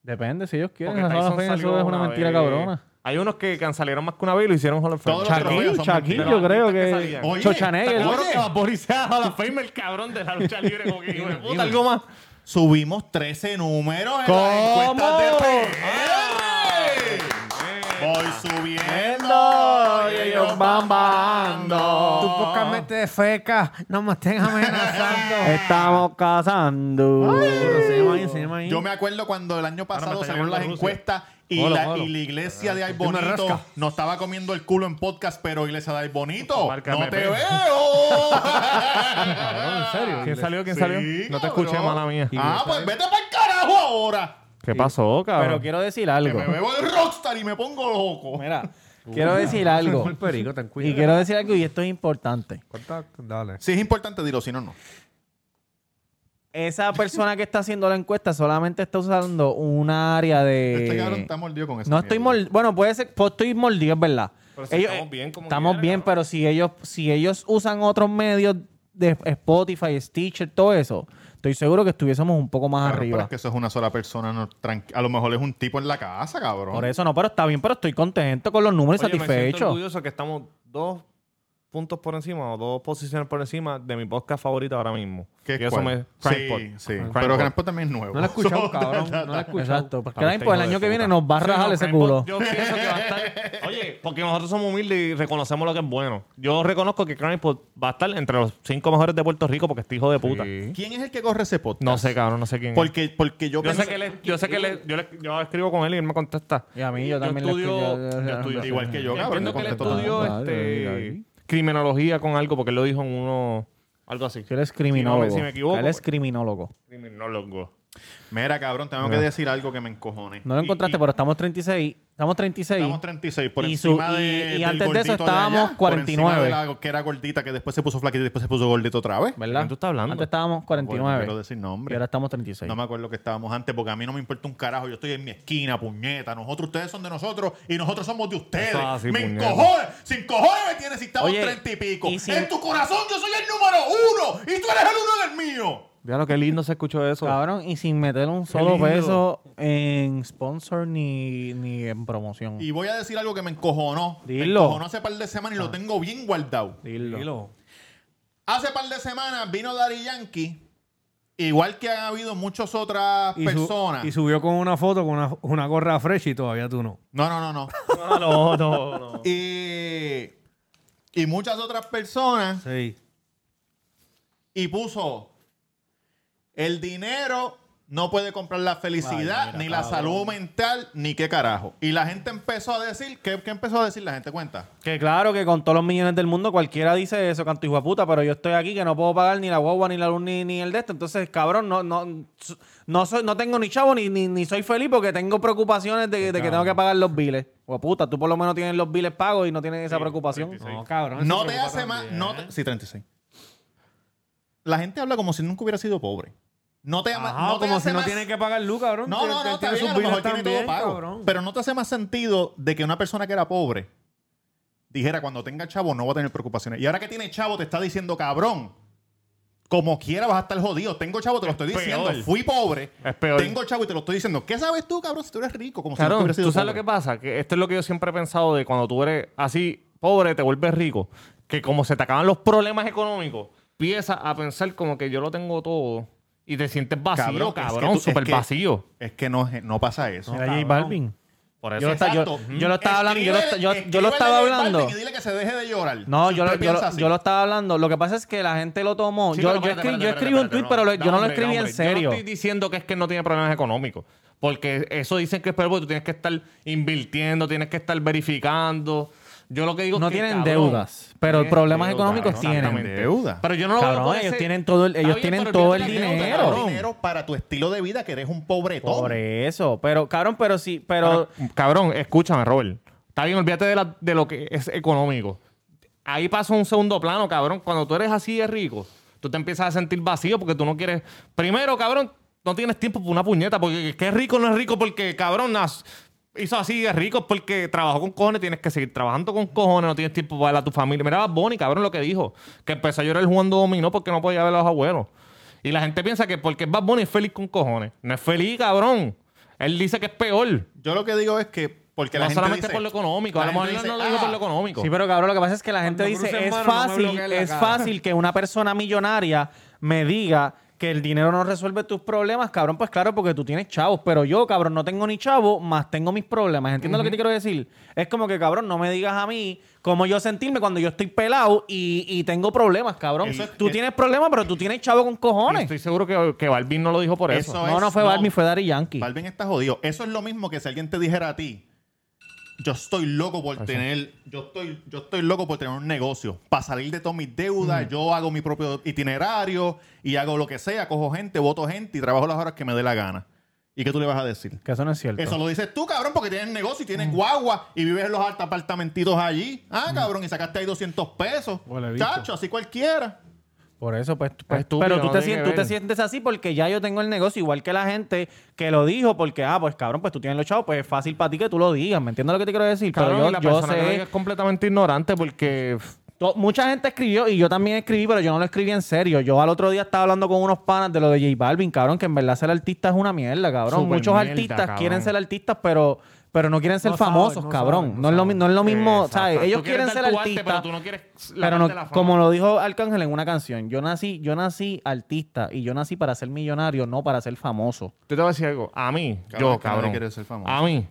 Depende, si ellos quieren. Porque Esa Tyson vaina, salió Eso es una mentira vez. cabrona. Hay unos que cancelaron más que una vez y lo hicieron Hall of Famer. Todos los Shaquille, trofeos Shaquille, son Shaquille, mentiras. yo creo Artistas que que... salían. Oye, Schwarzenegger, ¿te ¿no? acuerdas? Bad Bunny sea Hall of Famer, el cabrón de la lucha libre. como *laughs* que, hijo de puta, algo más. Subimos 13 números en las encuestas de PR. Voy subiendo y ellos van bajando. Tú pocamente de feca. No me estén amenazando. *laughs* Estamos casando. Enséñame ahí, enséñame ahí. Yo me acuerdo cuando el año pasado está salieron llegando las Rusia. encuestas y, Molo, la, molo. y la Ah, iglesia de Ay me Bonito rasca. nos estaba comiendo el culo en podcast, pero iglesia de Ay Bonito, Márcame, no te pe. veo. ¿En serio? ¿Quién salió? ¿Quién Sí, salió? No te escuché, cabrón. mala mía. Ah, pues vete para el carajo ahora. ¿Qué pasó, Pero cabrón? quiero decir Que algo. me bebo el rockstar y me pongo loco. Mira, quiero decir algo. El perico, ten cuidado. Y quiero decir algo y esto es importante. Corta, Dale. Si es importante, dilo, si no, no. Esa persona que está haciendo la encuesta solamente está usando un área de... Este cabrón está mordido con eso. Eh, No estoy mordido. Bueno, puede ser. pues estoy mordido, es verdad. Pero si estamos bien como estamos quiera, bien, cabrón. pero si ellos, si ellos usan otros medios de Spotify, Stitcher, todo eso, estoy seguro que estuviésemos un poco más Pero arriba. es que eso es una sola persona. no, tranqui- a lo mejor es un tipo en la casa, cabrón. Por eso no, pero está bien, pero estoy contento con los números y Oye, Me siento satisfecho. orgulloso que estamos dos puntos por encima o dos posiciones por encima de mi podcast favorito ahora mismo. ¿Qué y eso cuál? me Sí, Crankpot. sí. Crankpot. Pero Crankpot también es nuevo. No la he escuchado, cabrón. No la he escuchado. Exacto. Porque Cabrón, ahora, pues, el hijo de año que viene puta. nos va a Sí, rajar no, ese Crankpot, culo. Yo pienso que va a estar. *laughs* Oye, porque nosotros somos humildes y reconocemos lo que es bueno. Yo reconozco que Crankpot va a estar entre los cinco mejores de Puerto Rico porque este hijo de puta. ¿Quién es el que corre ese podcast? No sé, cabrón, no sé quién. es. Porque, porque yo, Yo pensé- sé que él, yo sé que él, yo, le- yo escribo con él y él me contesta. Y a mí, yo también le estudio, escribo- yo estudio- Igual que yo, cabrón. Entiendo que él contesto tanto. estudió tanto. Ay, ay, este, ay. criminología con algo, porque él lo dijo en uno. Algo así. Que Él es Si, criminólogo. no me- si me equivoco. Él es pues, criminólogo. criminólogo. Mira, cabrón, tengo que decir algo que me encojone. No lo encontraste, Y- y- pero estamos 36. Estamos 36. Estamos 36, por Y su- encima y- de. y del antes de eso gordito allá, estábamos por encima 49. de la que era gordita, que después se puso flaquita y después se puso gordito otra vez. ¿Verdad? ¿De qué tú estás hablando? Antes estábamos No 49. quiero decir y nombre. ahora estamos 36. No me acuerdo que estábamos antes, porque a mí no me importa un carajo. Yo estoy en mi esquina, puñeta. Nosotros, ustedes son de nosotros y nosotros somos de ustedes. Eso es así, me puñeta. encojones. Sin cojones me tienes si estamos Oye, treinta y pico. y si- En tu corazón yo soy el número uno y tú eres el uno del mío. Mira lo que lindo se escuchó eso. Cabrón, y sin meter un solo lindo. peso en sponsor ni, ni en promoción. Y voy a decir algo que me encojonó. Me Dilo. encojonó hace par de semanas y lo tengo bien guardado. Dilo. Hace par de semanas vino Dari Yankee, igual que han habido muchas otras Y, su- personas. y subió con una foto con una, una gorra fresh y todavía tú no. No, no, no, no. No, no, no, no. y, y muchas otras personas. Sí. Y puso, el dinero no puede comprar la felicidad, ni la salud mental, ni qué carajo. Y la gente empezó a decir, ¿qué, qué empezó a decir la gente? Cuenta. Que claro, que con todos los millones del mundo cualquiera dice eso, canto hijo de puta, pero yo estoy aquí que no puedo pagar ni la guagua, ni la luz, ni, ni el de esto. Entonces, cabrón, no, no, no, soy, no tengo ni chavo, ni, ni, ni soy feliz porque tengo preocupaciones de, de que tengo que pagar los biles. Hijo de puta, tú por lo menos tienes los biles pagos y no tienes esa preocupación. No, cabrón. No te hace más. ¿eh? No te- sí, 36. La gente habla como si nunca hubiera sido pobre. No te ama- Ajá, no te como hace si no más- tiene que pagar luz, cabrón. No, Tiene- no, no, tiene está bien, sus a lo mejor billes tiene todo también, pago. cabrón. Pero no te hace más sentido de que una persona que era pobre dijera cuando tenga chavo no va a tener preocupaciones. Y ahora que tiene chavo te está diciendo cabrón. Como quiera vas a estar jodido. Tengo chavo, te lo estoy Es diciendo. peor. Fui pobre. Es peor. Tengo chavo y te lo estoy diciendo. ¿Qué sabes tú, cabrón, si tú eres rico? Como si Claro, nunca hubieras sido tú sabes lo pobre? que pasa, que esto es lo que yo siempre he pensado de cuando tú eres así pobre, te vuelves rico, que como se te acaban los problemas económicos, empiezas a pensar como que yo lo tengo todo y te sientes vacío, que es que cabrón, tú- es súper que- vacío. Es que no, es- no pasa eso. Mira, J Balvin. Por Yo eso lo estaba- yo- Exacto. yo lo estaba hablando, yo lo esta- yo- Escríbele- yo lo estaba escríbele a J hablando. Balvin Y dile que se deje de llorar. No, Si yo lo, usted yo, piensa lo, así. yo lo estaba hablando. Lo que pasa es que la gente lo tomó. Sí, yo, pero yo, espérate, escri- yo espérate, escribí un espérate, tweet, pero lo- no, yo no lo hombre, escribí en hombre. Yo serio. no estoy diciendo que es que no tiene problemas económicos. Porque eso dicen que es peor porque tú tienes que estar invirtiendo, tienes que estar verificando. Yo lo que digo No es que, tienen cabrón, deudas, pero tienen problemas deudas, económicos cabrón, tienen. exactamente. Deuda. Pero yo no lo veo Cabrón, por ellos ese- tienen todo el- ellos Está bien, tienen pero todo olvídate el de las deudas, dinero. cabrón. dinero para tu estilo de vida que eres un pobretón. Por eso. Pero, cabrón, pero sí, pero. Pero, Ah, cabrón, escúchame, Robert. Está bien, olvídate de, la- de lo que es económico. Ahí pasa un segundo plano, cabrón. Cuando tú eres así de rico, tú te empiezas a sentir vacío porque tú no quieres. Primero, cabrón, no tienes tiempo para una puñeta. Porque qué rico no es rico porque, cabrón, nas- hizo así de rico porque trabajó con cojones. Tienes que seguir trabajando con cojones. No tienes tiempo para la- tu familia. Mira, Bonnie, cabrón, lo que dijo. Que empezó a llorar jugando dominó porque no podía ver a los abuelos. Y la gente piensa que porque Bad Bunny es feliz con cojones. No es feliz, cabrón. Él dice que es peor. Yo lo que digo es que porque la No gente solamente dice- por lo económico. A la lo gente mejor él no lo dice, dijo por "Ah, lo económico. Sí, pero cabrón, lo que pasa es que la gente Cuando dice, crucen es mano, no me fácil, bloqueen la es cara". fácil que una persona millonaria me diga que el dinero no resuelve tus problemas, cabrón, pues claro, porque tú tienes chavos, pero yo, cabrón, no tengo ni chavo, más tengo mis problemas. ¿Entiendes lo que te quiero decir? Es como que, cabrón, no me digas a mí cómo yo sentirme cuando yo estoy pelado y, y tengo problemas, cabrón. Eso es- tú es- tienes problemas, pero tú tienes chavo con Y cojones. estoy seguro que, que Balvin no lo dijo por eso. Eso No, no es- fue no. Balvin, fue Daddy Yankee. Balvin está jodido. Eso es lo mismo que si alguien te dijera a ti, yo estoy loco por tener, yo estoy, yo estoy loco por tener un negocio, para salir de todas mis Mm. deudas, yo hago mi propio itinerario y hago lo que sea, cojo gente, voto gente y trabajo las horas que me dé la gana. ¿Y qué tú le vas a decir? Que eso no es cierto. Eso lo dices tú, cabrón, porque tienes negocio y tienes guagua y vives en los altos apartamentitos allí. Ah, Mm. cabrón, y sacaste ahí 200 pesos. Pues Huele bicho. Chacho, así cualquiera. Por eso, pues, pues, estúpido, pero tú, no te tiene sientes, que tú te ver. sientes así porque ya yo tengo el negocio, igual que la gente que lo dijo, porque, ah, pues cabrón, pues tú tienes los chavos, pues es fácil para ti que tú lo digas, ¿me entiendes lo que te quiero decir? Cabrón, pero y yo, la yo persona que lo diga sé, es completamente ignorante porque pff, to- mucha gente escribió y yo también escribí, pero yo no lo escribí en serio. Yo al otro día estaba hablando con unos panas de lo de J Balvin, cabrón, que en verdad ser artista es una mierda, cabrón. Súper Muchos mierda, artistas cabrón. quieren ser artistas, pero... Pero no quieren ser No saben, famosos, no cabrón. saben, no no, es lo, mi- saben. no es lo mismo, Exacto. ¿sabes? Tú Ellos quieres quieren ser dar tu arte, artistas. pero tú no quieres la Pero no, parte de la fama. como lo dijo Arcángel en una canción, yo nací, yo nací artista y yo nací para ser millonario, no para ser famoso. Yo te voy a decir algo. A mí, Cabrón, yo, que nadie cabrón. quiere ser famoso. A mí.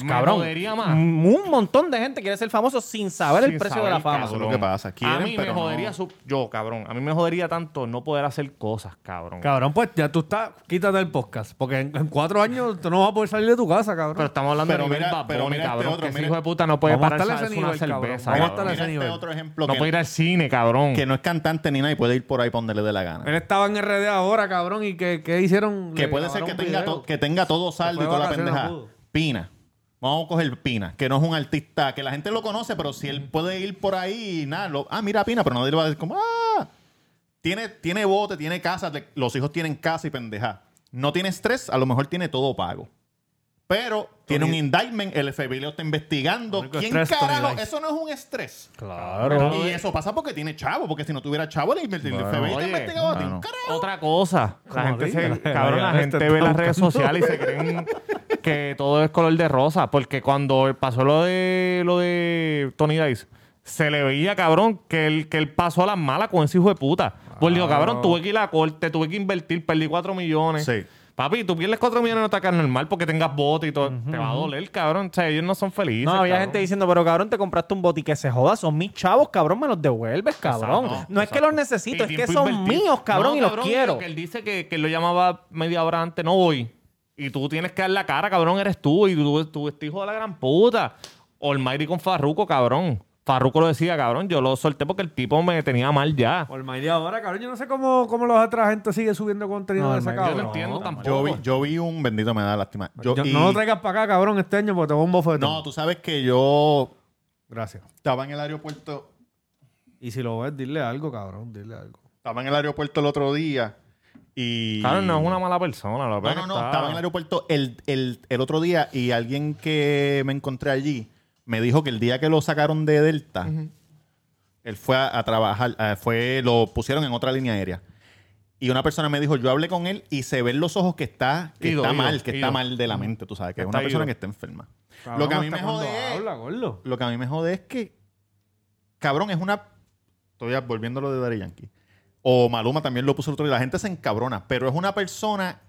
me Cabrón, jodería más. un montón de gente quiere ser famoso Ah. sin saber el sin precio saber, de la fama. cabrón. Eso es lo que pasa. Quieren, a mí pero me no. jodería su- Yo, cabrón. A mí me jodería tanto no poder hacer cosas, cabrón. Cabrón, pues ya tú estás, quítate el podcast. Porque en, en cuatro años tú no vas a poder salir de tu casa, cabrón. Pero estamos hablando Pero de nivel mira- Bad pero Bunny, mira este cabrón. otro, que ese mira- hijo de puta no puede Vamos a parar estar a ese una nivel, cabrón. cerveza, Vamos a cabrón. estar a Mira ese este nivel. otro ejemplo No que, puede ir al cine, cabrón. que no es cantante ni nada y puede ir por ahí para donde le dé la gana. Él estaba en RD ahora, cabrón, y que, que hicieron. que Le puede ser grabaron que un tenga, video. to- que tenga todo saldo fue de y toda la vacaciones, pendeja. no pudo. Pina. Vamos a coger Pina, que no es un artista que la gente lo conoce, pero si él puede ir por ahí y nada, lo- ah, mira a Pina, pero nadie le va a decir como, ah, tiene, tiene bote, tiene casa, le- los hijos tienen casa y pendeja. No tiene estrés, a lo mejor tiene todo pago. Pero tiene un indictment, el FBI lo está investigando. Único ¿Quién estrés, Tony carajo? Dice. Eso no es un estrés. Claro. Y eso pasa porque tiene chavo, porque si no tuviera chavo, el, el FBI te oye, investigaba a ti. mano. Carajo. Otra cosa, la Como gente, diga, se, la- *laughs* cabrón, la- la la- gente este ve está las redes buscando. sociales y se creen que todo es color de rosa, porque cuando pasó lo de lo de Tony Dice, se le veía, cabrón, que él, que él pasó a las malas con ese hijo de puta. Pues digo, cabrón, tuve que ir a la corte, tuve que invertir, perdí 4 millones. Sí. Papi, tú pierdes 4 millones y no te caes normal porque tengas bote y todo. Te va a doler, cabrón. O sea, ellos no son felices. No, había cabrón. gente diciendo, pero cabrón, te compraste un boti que se joda, son mis chavos, cabrón, me los devuelves, cabrón. Exacto, no es que exacto. los necesito, Y es que tiempo son invertido. míos, cabrón, No, y los lo quiero. que él dice que, que él lo llamaba media hora antes, no voy. Y tú tienes que dar la cara, cabrón, eres tú. Y tú, tú este hijo de la gran puta. Olmairi con Farruco, cabrón. Farruco lo decía, cabrón. Yo lo solté porque el tipo me tenía mal ya. Almighty ahora, cabrón. Yo no sé cómo, cómo los otra gente sigue subiendo contenido No, de esa yo Almighty, cabrón. no entiendo tampoco. Yo vi, yo vi un bendito me da lástima. Yo, Yo- y- No lo traigas para acá, cabrón, este año porque te voy a un bofetón. no, tú sabes que yo Gracias. estaba en el aeropuerto Y si lo ves, dile algo, cabrón, dile algo. estaba en el aeropuerto el otro día y Claro, no es una mala persona. La no, verdad no, que no, está- estaba en el aeropuerto el, el, el otro día y alguien que me encontré allí me dijo que el día que lo sacaron de Delta, él fue a, a trabajar, eh, fue, lo pusieron en otra línea aérea. Y una persona me dijo, yo hablé con él y se ven los ojos que está, que Ido, está ido, mal, que está ido. mal de la mente, tú sabes, que es Está una persona ido. que está enferma. Cabrón, lo que a mí hasta me cuando jode es- Habla, gordo. Lo que a mí me jode es que, cabrón, es una. Estoy volviendo a lo de Daddy Yankee. O Maluma también lo puso el otro día. La gente se encabrona, pero es una persona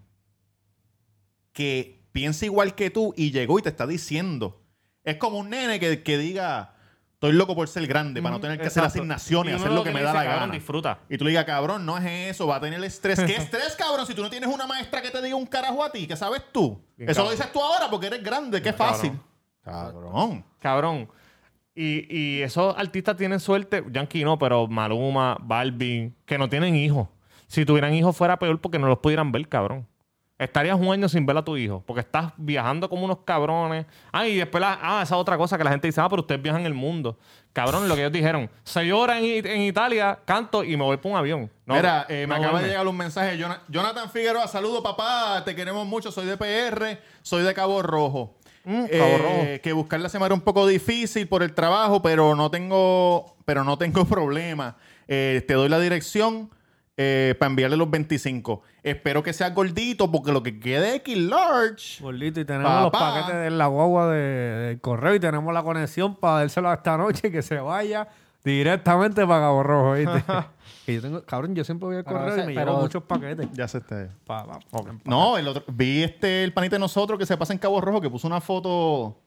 que piensa igual que tú y llegó y te está diciendo. Es como un nene que, que diga: Estoy loco por ser grande, para no tener que hacer Mm, Exacto. asignaciones, Y uno hacer lo que le me da dice, la cabrón, gana. Disfruta. Y tú le digas, cabrón, no es eso, va a tener estrés. *laughs* ¿Qué estrés, cabrón? Si tú no tienes una maestra que te diga un carajo a ti, ¿qué sabes tú? Bien, eso cabrón. lo dices tú ahora porque eres grande, qué Cabrón. fácil. cabrón. Cabrón. Y, y esos artistas tienen suerte, Yankee no, pero Maluma, Balvin, que no tienen hijos. Si tuvieran hijos fuera peor porque no los pudieran ver, cabrón. Estarías un año sin ver a tu hijo, porque estás viajando como unos cabrones. Ah, y después, la- ah, esa otra cosa que la gente dice, ah, pero ustedes viajan el mundo. Cabrón, lo que ellos dijeron, seis horas en, I- en Italia, canto y me voy por un avión. No, Mira, eh, no me acaba de duerme. llegar un mensaje. Jona- Jonathan Figueroa, saludo papá, te queremos mucho. Soy de PR, soy de Cabo Rojo. Mm, Cabo Eh, Rojo. Que buscar la semana un poco difícil por el trabajo, pero no tengo, pero no tengo *laughs* problema. Eh, te doy la dirección eh, para enviarle los 25. Espero que sea gordito, porque lo que quede X large. Gordito, y tenemos los Papá. paquetes de la guagua de, del correo y tenemos la conexión para dárselo esta noche que se vaya directamente para Cabo Rojo, *laughs* ¿viste? que yo tengo, cabrón, yo siempre voy al Pero correo ese- y me pero- llevo muchos paquetes. Ya se está. Pa- pa- No, el otro, vi este el panita de nosotros que se pasa en Cabo Rojo, que puso una foto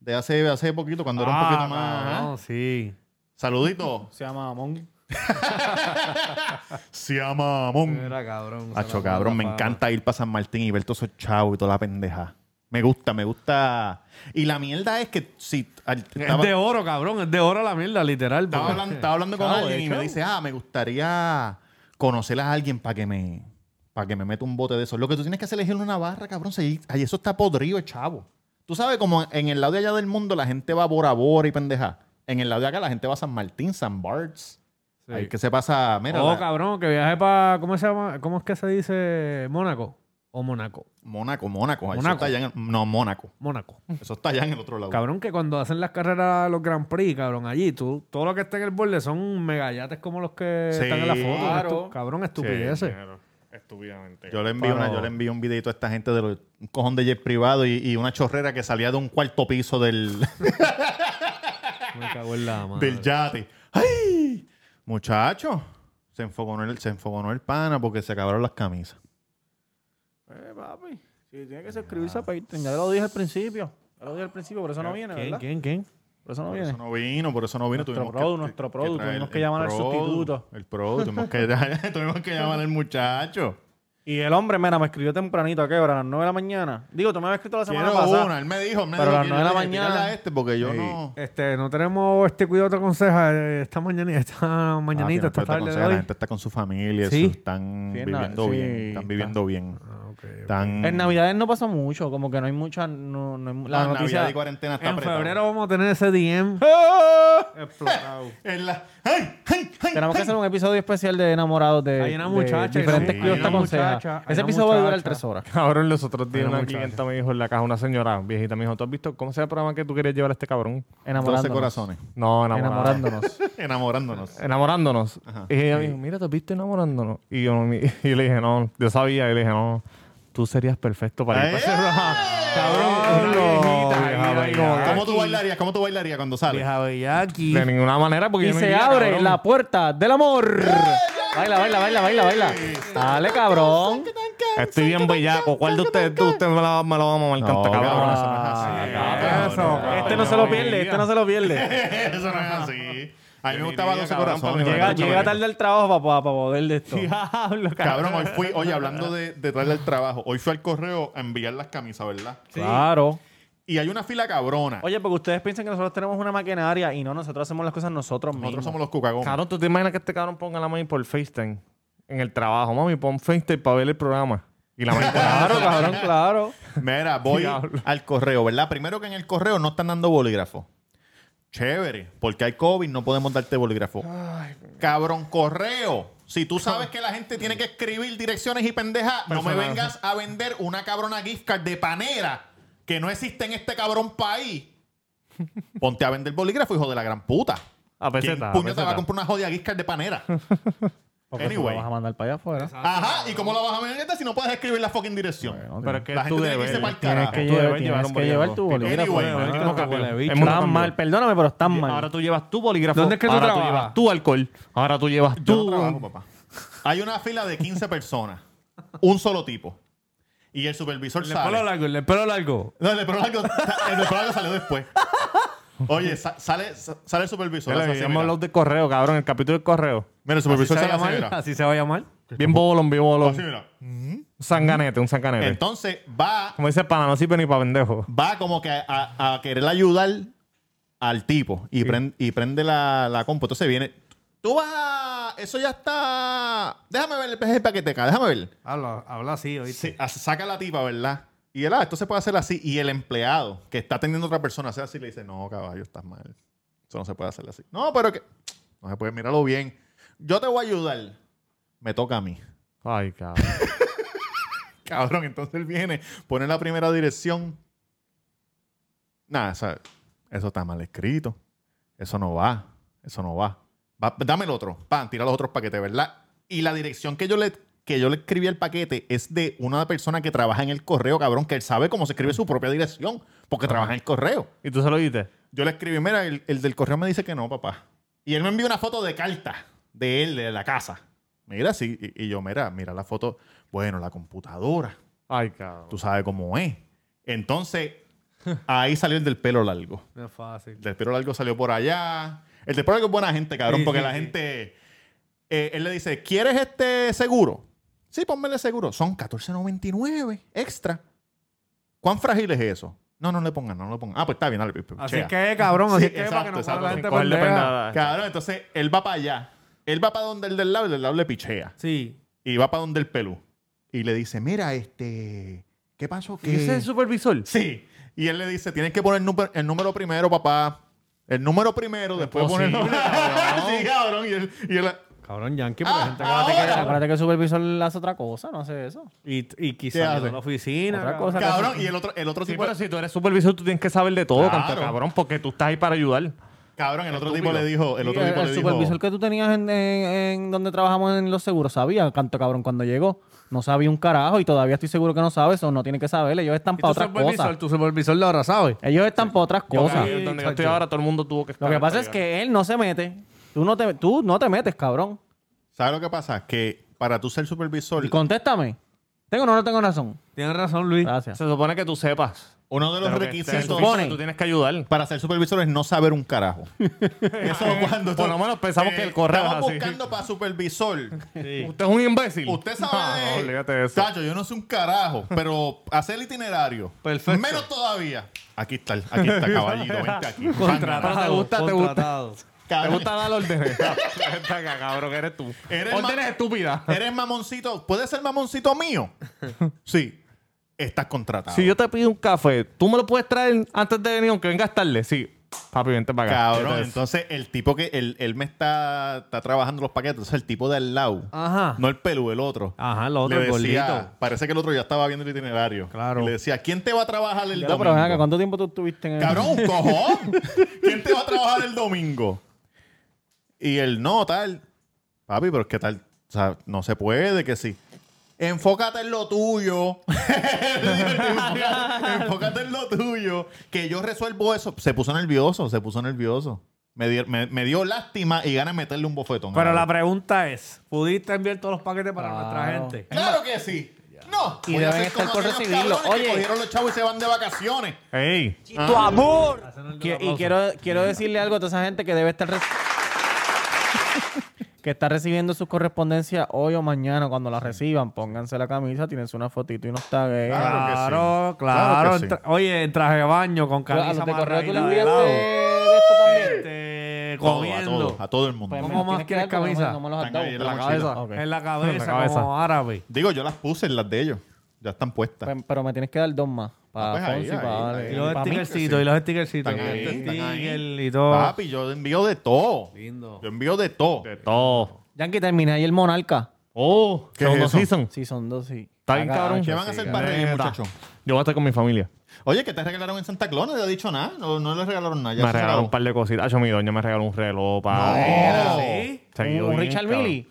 de hace, hace poquito, cuando era un Ah, poquito más. ¿eh? cabrón, sí. Saludito. Se llama Amón. *laughs* Se llama Amón. Era cabrón. Hacho, cabrón, me encanta ir para San Martín y ver todos esos chavos y toda la pendeja. Me gusta, me gusta. Y la mierda es que si al- Es estaba, de oro, cabrón. Es de oro la mierda, literal. estaba porque- hablando, estaba hablando con Chavo, alguien y chavo. me dice, ah, me gustaría conocer a alguien para que me para que me meta un bote de eso. Lo que tú tienes que hacer es ir a una barra, cabrón. Ahí ahí eso está podrido, el chavo. Tú sabes como en el lado de allá del mundo la gente va a Bora Bora y pendeja. En el lado de acá la gente va a San Martín, San Bart's. Sí. Ahí que se pasa, mira, oh, la- cabrón, que viaje para. ¿Cómo se llama? ¿Cómo es que se dice? ¿Mónaco? ¿O Mónaco? Mónaco, Mónaco. Eso Mónaco. está allá en el- *laughs* no, Mónaco. Mónaco. Eso está allá en el otro lado. Cabrón, que cuando hacen las carreras los Grand Prix, cabrón, allí, tú, todo lo que está en el borde son megayates como los que Sí, están en la foto. claro. Estu- cabrón, estupideces. Claro, Estúpidamente. Yo le envío Pero- una, yo le envío un videito a esta gente de los- un cojón de jet privado y, y una chorrera que salía de un cuarto piso del, Me cago en la madre. del yate. ¡Ay! Muchacho, se enfogonó el, se enfogonó el pana porque se acabaron las camisas. Eh, papi, si tiene que suscribirse a Patreon, ya lo dije al principio. Ya lo dije al principio, por eso no viene, ¿Quién, ¿verdad? quién, quién? Por eso no Por viene. eso no vino, por eso no vino. Nuestro tuvimos produ, que, nuestro produ, traer tuvimos que el llamar al produ, sustituto. El produ, tuvimos que, *laughs* tuvimos que llamar al muchacho. Y el hombre, mira, me escribió tempranito, ¿a qué hora? A las 9 de la mañana. Digo, tú me habías escrito la semana Quiero pasada. una, él me dijo, él me Pero dijo, a las nueve de la "Tírale- tírale mañana". a este porque yo no... Este, no tenemos este cuidado otra conseja eh, esta mañana, esta Ah, mañanita, tiene esta falta de tarde consejo, de La hoy. gente está con su familia, Sí. eso, están Sí, en la- viviendo sí, bien, están está. viviendo bien. Ah, ok, ok. Están En Navidades no pasa mucho, como que no hay mucha. No, no hay, la Ah, noticia. Navidad y cuarentena está En apretado. febrero vamos a tener ese *laughs* DM ¡Ah! explotado. En la- ¡Ay, ay, ay, Tenemos que ay! hacer un episodio especial de enamorados de, Hay una de muchacha, diferentes sí. clubes Hay esta una conseja. muchacha, hay Ese una episodio va a durar muchacha. tres horas. Cabrón, los otros días Ay, una muchacha. clienta me dijo en la caja, una señora viejita me dijo, ¿tú has visto cómo se llama el programa que tú querías llevar a este cabrón? Enamorándonos. 12 corazones. No, enamorándonos. Enamorándonos. *laughs* Enamorándonos. Enamorándonos. Ajá. y ella me dijo, mira, ¿te has visto enamorándonos? Y yo, mi- y le dije, no, yo sabía. Y le dije, no, tú serías perfecto para ir para ese programa. ¡Eh! Cabrón, una viejita, vieja ahí, como Ah, ¿Cómo que- tú bailarías? ¿Cómo tú bailarías cuando sales? Ah, Bellaki. De ninguna manera, porque y yo no se iría, abre cabrón. la puerta del amor. Baila, baila, baila, baila, baila. Dale, cabrón. Estoy bien bellaco. ¿Cuál de ustedes tú? Usted me la, me la va a mamar No, canto, cabrón, cabrón. eso no es así. Ah, cabrón. Cabrón. *laughs* Este no se lo pierde, este no se lo *laughs* pierde. Eso no es así. A mí me gustaba 12 corazones. Llega, Escúchame. llega tarde al trabajo para, para poder de esto. Diablo, Cabrón, hoy fui, oye, hablando de, de traerle el trabajo, hoy fui al correo a enviar las camisas, ¿verdad? Claro. Y hay una fila cabrona. Oye, porque ustedes piensan que nosotros tenemos una maquinaria y no, nosotros hacemos las cosas nosotros mismos. Nosotros somos los cucagones. Cabrón, ¿tú te imaginas que este cabrón ponga la mami por FaceTime en el trabajo? Mami, pon FaceTime para ver el programa. Y la *laughs* mami *laughs* Claro, cabrón, claro. Mira, voy Diablo. al correo, ¿verdad? Primero que en el correo no están dando bolígrafo. Chévere, porque hay COVID, no podemos darte bolígrafo. Cabrón, correo. Si tú sabes que la gente tiene que escribir direcciones y pendejas, no me Personal. vengas a vender una cabrona gift card de panera que no existe en este cabrón *laughs* país. Ponte a vender bolígrafo, hijo de la gran puta. A ¿Quién peseta. a puño te va a peseta. comprar una jodida gift card *laughs* de panera? Porque tú Anyway. lo vas a mandar para allá afuera. Ajá, ¿y cómo la vas a vender si no puedes escribir la fucking dirección? Pero es que La tú gente tiene que irse pa'l Tienes carajo. que Tú debes llevar llevar, tienes un que llevar tu bolígrafo. bolígrafo. Anyway, cabrón, ¿no? que No, no cambió. huele Es bicho. muy Están cambiado. mal, perdóname, pero están mal. Ahora tú llevas tu bolígrafo. ¿Dónde es que tú Ahora tú trabajas? llevas tu alcohol. Ahora tú llevas Yo no tu... trabajo, papá. Hay una fila de 15 personas. Un solo tipo. Y el supervisor Le sale. pelo largo, le pelo largo. No, el de Pro Largo- el de Pro Largo salió después. Oye, sa- sale, sa- sale el supervisor. Ya le hace así, habíamos mira. hablado de correo, cabrón. El capítulo del correo. Mira, el Así se, supervisor va a sale así, llamar, mira. así se va a llamar. Bien bolón, bien bolón. Así, mira. Un sanganete, un sanganete. Entonces va, Como dice el pana, no sirve ni para pendejo. va como que a, a- a querer ayudar al tipo y, prend- y prende la, la compu. Entonces viene. Tú vas. a- Eso ya está. Déjame ver el paquete acá, déjame ver. Habla, habla así, Sí, oíste. as- saca la tipa, ¿verdad? Y él, ah, esto se puede hacer así. Y el empleado que está atendiendo a otra persona hace así y le dice, no, caballo, estás mal. Eso no se puede hacer así. No, pero que... No se puede, míralo bien. Yo te voy a ayudar. Me toca a mí. Ay, cabrón. Cabrón, entonces él viene, pone la primera dirección. Nada, o sea, eso está mal escrito. Eso no va. Eso no va. Va- dame el otro. Pan, tira los otros paquetes, ¿verdad? Y la dirección que yo le que yo le escribí al paquete es de una persona que trabaja en el correo, cabrón, que él sabe cómo se escribe su propia dirección, porque trabaja en el correo. ¿Y tú se lo diste? Yo le escribí, mira, el, el del correo me dice que no, papá. Y él me envió una foto de carta de él, de la casa. Mira, sí. Y, y yo, mira, mira la foto. Bueno, la computadora. Ay, cabrón. Tú sabes cómo es. Entonces, ahí salió el del pelo largo. No es fácil. El del pelo largo salió por allá. El del pelo largo es buena gente, cabrón, Sí, porque sí, la sí. gente. eh, él le dice: ¿Quieres este seguro? Sí, ponme el seguro. Son $14.99 extra. ¿Cuán frágil es eso? No, no le pongan, no le pongan. Ah, pues está bien, dale. pues, Así chea. es que, cabrón, así Sí, es que para que no exacto, pueda la gente ¿Cuál depende? pendeja. Cabrón, entonces él va para allá. Él va para donde el del lado y el del lado le pichea. Sí. Y va para donde el pelú. Y le dice: Mira, este. ¿Qué pasó? ¿Y ese es el supervisor? Sí. Y él le dice, tienes que poner el número, el número primero, papá. El número primero, después poner el número. *laughs* sí, cabrón. Y él, y él- Cabrón, Yankee, porque la gente acaba Ah, ahora. de Acuérdate que el supervisor hace otra cosa, no hace eso. Y, y ¿Qué quizás hace? en la oficina. Otra cabrón. cosa. cabrón, y el otro, el otro Sí, tipo. pero si tú eres supervisor, tú tienes que saber de todo, Claro. canto, cabrón, porque tú estás ahí para ayudar. Cabrón, el otro Estúpido. tipo le dijo. El otro Y tipo el le supervisor dijo. que tú tenías en, en- en donde trabajamos en los seguros sabía, canto cabrón, cuando llegó. No sabía un carajo y todavía estoy seguro que no sabes o no tiene que saber. Ellos están Y para tu otras supervisor, cosas. tu supervisor lo ahora sabe. Ellos están para otras cosas. Ahí donde yo estoy chacho. ahora, todo el mundo tuvo que Lo estar que pasa es para que él no se mete. Tú no te, tú no te metes, cabrón. ¿Sabes lo que pasa? Que para tú ser supervisor, Y contéstame. ¿Tengo o no tengo razón? Tienes razón, Luis. ayudar. Gracias. Se supone que tú sepas. uno de los Pero que requisitos se supone que supone. tú tienes que ayudar. para ser supervisor es no saber un *laughs* carajo. Eso cuando tú- Por lo menos pensamos que el correo es estamos así. buscando para supervisor. *laughs* Usted es un imbécil. Usted sabe. No, de- olvídate de eso. Tacho, yo no sé *laughs* un carajo, pero hacer el itinerario. Perfecto. Menos todavía. Aquí está, el- aquí está, caballito. *laughs* Vente aquí. Pero te gusta, te gusta. Contratado. Te Cabrón. gusta dar órdenes. *laughs* Esta acá, cabrón, que eres tú. Eres órdenes ma- estúpidas. Eres mamoncito. ¿Puedes ser *laughs* mamoncito mío? Sí. Estás contratado. Si yo te pido un café, ¿tú me lo puedes traer antes de venir, aunque vengas tarde? Sí. Papi, vente para acá. Cabrón, entonces el tipo que él, él me está, está trabajando los paquetes, entonces el tipo del lado, Ajá. no el pelú, el otro. Ajá, el otro, le el decía- gordito. Parece que el otro ya estaba viendo el itinerario. Claro. Y le decía, ¿quién te va a trabajar el Ya, domingo? pero ven acá, ¿cuánto tiempo tú estuviste en el... Cabrón, un cojón. ¿Quién te va a trabajar el domingo? Y él, no, tal. Papi, pero es que tal. O sea, no se puede, que sí. Enfócate en lo tuyo. *laughs* enfócate, enfócate en lo tuyo. Que yo resuelvo eso. Se puso nervioso, se puso nervioso. Me dio, me, me dio lástima y ganas de meterle un bofetón. Pero la pregunta es, ¿pudiste enviar todos los paquetes para nuestra gente? Claro que sí. No. Y voy a deben ser estar como por aquellos recibirlo. cabrones que Oye. Cogieron los chavos y se van de vacaciones. ¡Ey! ¡Tu Ah. amor! Qui- y quiero, quiero decirle algo a toda esa gente que debe estar reci- *laughs* que está recibiendo sus correspondencias hoy o mañana cuando las reciban. Pónganse la camisa, tienes una fotito y nos tagueen. Ah, Claro que sí. Claro, claro. Claro que sí. en tra- Oye, en traje de baño, con Yo, a los camisa de correo tú le amarradita de enviaste lado. de esto también. Este, eh. Todo, a comiendo. todo, a todo el mundo. Pues, ¿Cómo me las más que dar quieres porque camisa? No me, no me los has Están ahí en dado. la La mochila. cabeza. Ok. En la cabeza, En la cabeza. como árabe. Digo, yo las puse en las de ellos. Ya están puestas. Pe- Pues, Pero me tienes que dar dos más. Para Ah, pues ahí, Fonsi, ahí, para Ale. ahí. Y Eh, los pa' mí que stickercitos, sí. y los stickercitos. Están ahí, Sticker están ahí. y todo. Papi, yo envío de todo. Lindo. Yo envío de todo. Pues, De todo. Yankee, terminé ahí el Monarca. ¡Oh! ¿Qué segundo es eso? season. Sí, son dos, sí. Está bien, Ah, cabrón. ¿Qué van a hacer para Reyes, Mierda. muchachos? Yo voy a estar con mi familia. Oye, ¿qué te regalaron en Santa Claus? No te he dicho nada. No, no les regalaron nada. Ya me se regalaron un acabó. Ah, par de cositas. Yo, mi doña me regaló un reloj Mira, para. sí. Un Richard Milly.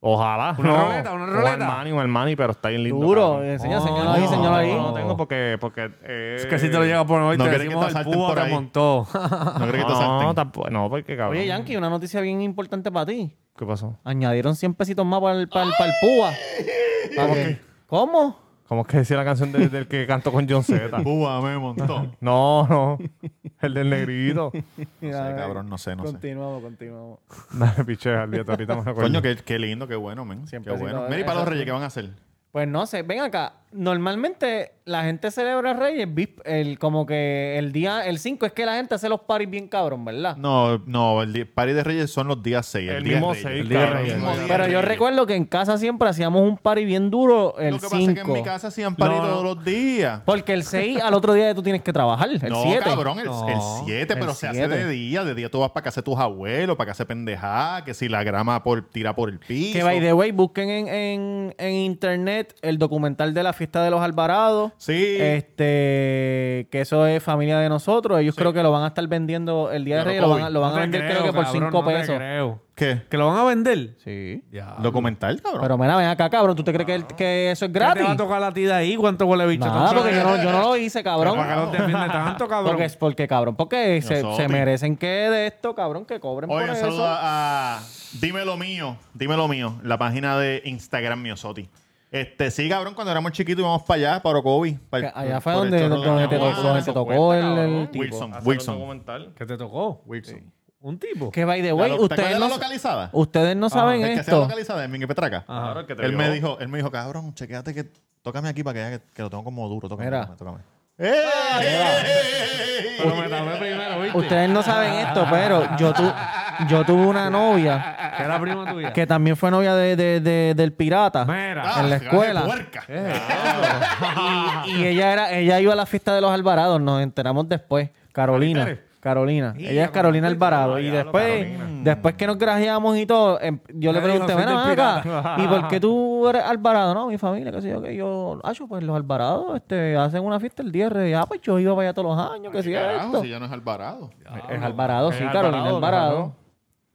Ojalá. Una no. roleta, una O roleta. Armani, un Armani, pero está bien lindo. Duro. cabrón. Enseña, Oh, señala ahí, no, señala ahí. No, no tengo porque. porque eh, Es que si te lo llega por hoy, No te quieren que decimos te el asalten púa por te ahí. montó. No creo que te No, salten. tampoco. No, porque cabrón. Oye, Yankee, una noticia bien importante para ti. ¿Qué pasó? Añadieron 100 pesitos más para el, para el, para el púa. ¿Para qué? ¿Cómo? ¿Cómo es que decía la canción de- del que cantó con John *laughs* Z? Púa, *laughs* me montó. No, no. El del *laughs* negrito. No sé, cabrón, no sé, no sé. continuamos, continuamos. Dale, piche, al día, ahorita me acuerdo. Coño, qué, qué lindo, qué bueno, men. Qué Siempre ha bueno. sido- Mira, ¿y para los eso- Reyes qué van a hacer? Pues no sé, ven acá. Normalmente la gente celebra Reyes vis- el, como que el día, el 5 es que la gente hace los parties bien cabrón, ¿verdad? No, no, el día- party de Reyes son los días 6. El, El día de mismo Reyes. 6, El día de cabrón. Reyes. El mismo Pero yo recuerdo que en casa siempre hacíamos un party bien duro el Lo 5. que pasa es que en mi casa hacían party No, no. todos los días. Porque el 6 al otro día tú tienes que trabajar, el 7. no, cabrón, el 7, No, pero el se hace siete. de día. De día tú vas para casa de tus abuelos, para casa de pendejada, que si la grama por, tira por el piso. Que by the way, busquen en, en- en internet el documental de la fiesta de los Alvarados. Sí. Este, que eso es familia de nosotros. Ellos creo que lo van a estar vendiendo el día de Pero Reyes. Lo van, a- Kobe, lo van No a te vender creo creo, que por cabrón, 5 no te pesos. creo. ¿Qué? ¿Que lo van a vender? Sí. Ya. ¿Documental, cabrón? Pero mira, ven acá, cabrón. ¿Tú te crees que, el- que eso es ¿Qué te gratis? va a tocar la tira ahí? ¿Cuánto huele bicho? Nada, porque yo no, yo no lo hice, cabrón. ¿Para qué *laughs* los defiende tanto, cabrón? Porque es porque, cabrón, porque se, Nosotros. se merecen que de esto, cabrón, que cobren Oye, por un eso. saludo a, a Dime lo mío, dime lo mío, la página de Instagram Miosoti. Este, sí, cabrón, cuando éramos chiquitos íbamos para allá, para Ocobi. para el- Que allá fue por el donde, chorro de la donde te, Guaguana. tocó- donde te tocó el, el tipo. Wilson, Hacer un Wilson. documental. ¿Qué te tocó? Wilson. ¿Un tipo? Que by the La way, lo- ¿Te ustedes acuerdas no, la localizada? ustedes no saben El que hacía la esto. localizada de Mingue Petraca. Claro, el que te Él vio. me dijo, él me dijo, cabrón, chequéate que tócame aquí para que veas que, que lo tengo como duro, tócame, Mira. tócame, tócame. ¡Eh! Pero me tapé primero, ¿viste? Ustedes no saben esto, pero yo, tu- yo tuve una novia Que era prima tuya. *laughs* que también fue novia de, de- de- del pirata Mira. Ah, en la se va de escuela. Eh, ah, puerca. Y, y ella era ella iba a la fiesta de los Alvarados, nos enteramos después. Carolina. Carolina. Ella es Carolina Alvarado. Y después, Mm. después que nos grajeamos y todo, em, yo le Ella dijo, pregunté, "Soy bueno, del ven acá, pirata". ¿y por qué tú eres Alvarado? No, mi familia, qué sé yo, que yo, "Acho, pues los Alvarados este, hacen una fiesta el 10 de ah, pues yo iba para allá todos los años, que sí, esto. Carajo, si ya no es Alvarado. Es Alvarado, Es sí, Alvarado, Carolina Alvarado. Alvarado.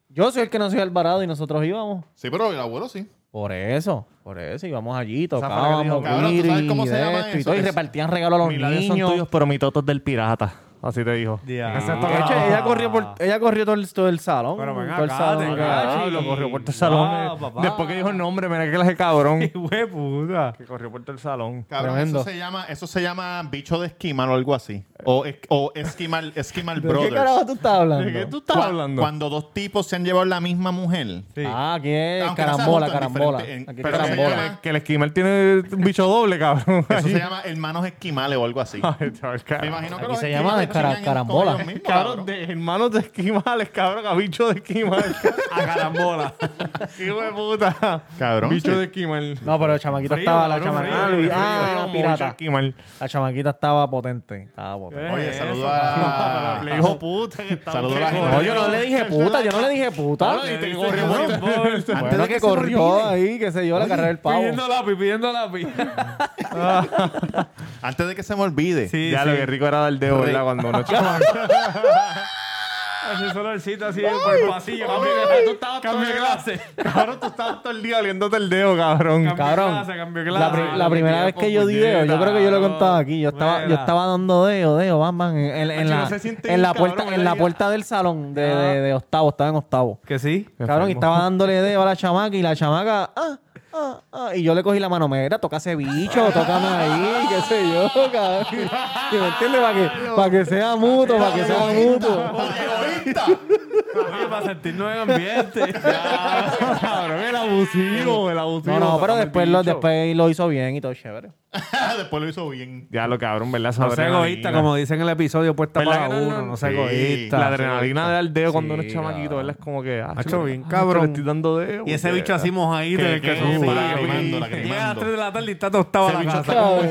Yo soy el que no soy Alvarado y nosotros íbamos. Sí, pero el abuelo sí. Por eso, por eso íbamos allí, fue la que dijo, tocábamos, cabrón, ¿tú guiri, sabes cómo y se llama esto y eso? todo, y Es- repartían regalos a los Mis labios son niños. tuyos, pero mi toto es del pirata. Así te dijo. Ya. Excepto De hecho, la- *laughs* ella corrió por ella corrió todo el, todo el salón, ah. Pero ven todo el acá, salón, te acá. cacho. Ah, lo corrió por todo el Ah, salón. eh. papá. Después que dijo el nombre, mira que clase *laughs* cabrón. Hue puta. Que corrió por todo el salón. Cabrón, Tremendo. eso se, llama, eso se llama bicho de esquimal o algo así. O, es- o esquimal, esquimal *laughs* ¿De qué carajo brothers. tú estás hablando? tú Cua- Cuando dos tipos se han llevado la misma mujer. Ah, aquí es Aunque no se carambola, juntan carambola. diferente- Aquí es pero que se carambola. llama- Que el esquimal tiene un bicho doble, cabrón. Eso se llama hermanos esquimales o algo así. *laughs* Ay, chaval, Me cabrón. imagino que Aquí los se llama de esquimales cara- chingan con carambola. ellos mismos, Cabrón, de hermanos de esquimales, cabrón, a bicho de esquimal. A carambola. *laughs* Hijo de puta. Cabrón, Bicho sí. de esquimal. No, pero la chamaquita estaba la chamaquita. Ah, pirata. esquimal. La chamaquita estaba potente, estaba potente. Oye, Eso, *laughs* saludo cabrón. Le a... dijo puta. que estaba- Saludo a la que gente. No, yo no le dije puta, yo no le dije puta. Ahora, y te Bueno, corrió por *laughs* el bol. Antes de que corrió ahí, qué sé yo, la carrera del pavo. Pidiendo lápiz, pidiendo lápiz. *laughs* Antes de que se me olvide. Sí, Ya sí. lo que rico era dar dedo, ¿verdad? Cuando *laughs* uno chama. Hace solo el cito así por el pasillo. Cambio, tú estabas cambio de *laughs* clase. Cabrón, tú estabas todo el día oliéndote el dedo, cabrón. Cabrón, Cambio de clase, cambio de La, clase. pues, pri- la primera vez que yo di deo, yo creo que yo lo he contado aquí. Yo estaba, yo Mira. estaba dando deo, deo, bam, bam, en, en- en Macho, la, no se siente en bien, la puerta, cabrón, en la ahí. puerta del salón de, de- de octavo, estaba en octavo. Que sí. *laughs* Cabrón, y estaba dándole deo a la chamaca y la chamaca, ah, ah, ah. Y yo le cogí la mano, mira, toca ese bicho, tócame ahí, qué sé yo, cabrón. ¿Sí ¿Me entiendes? Para que, pa' que sea mutuo, para que sea mutuo. para sentirnos en *laughs* ambiente. *laughs* Cabrón, el abusivo, el abusivo. No, no, pero Tócame el después lo, bicho. después lo hizo bien y todo chévere. *laughs* Después lo hizo bien. Ya lo cabrón, ¿verdad? Esa No sea adrenalina. egoísta, como dicen en el episodio puesta ¿Verdad para que no, uno. no? No sea Sí, egoísta. La adrenalina de dar dedo cuando uno es Sí, chamaquito, ¿verdad? Es como que. ah, Hacho, chulo, bien ah, cabrón. le estoy dando dedo. Y ese porque- bicho así mojadito en el que- que que- se la quemando, la Llega a las quemando. 3 de la tarde y está tostado Ese la bicho casa. está como-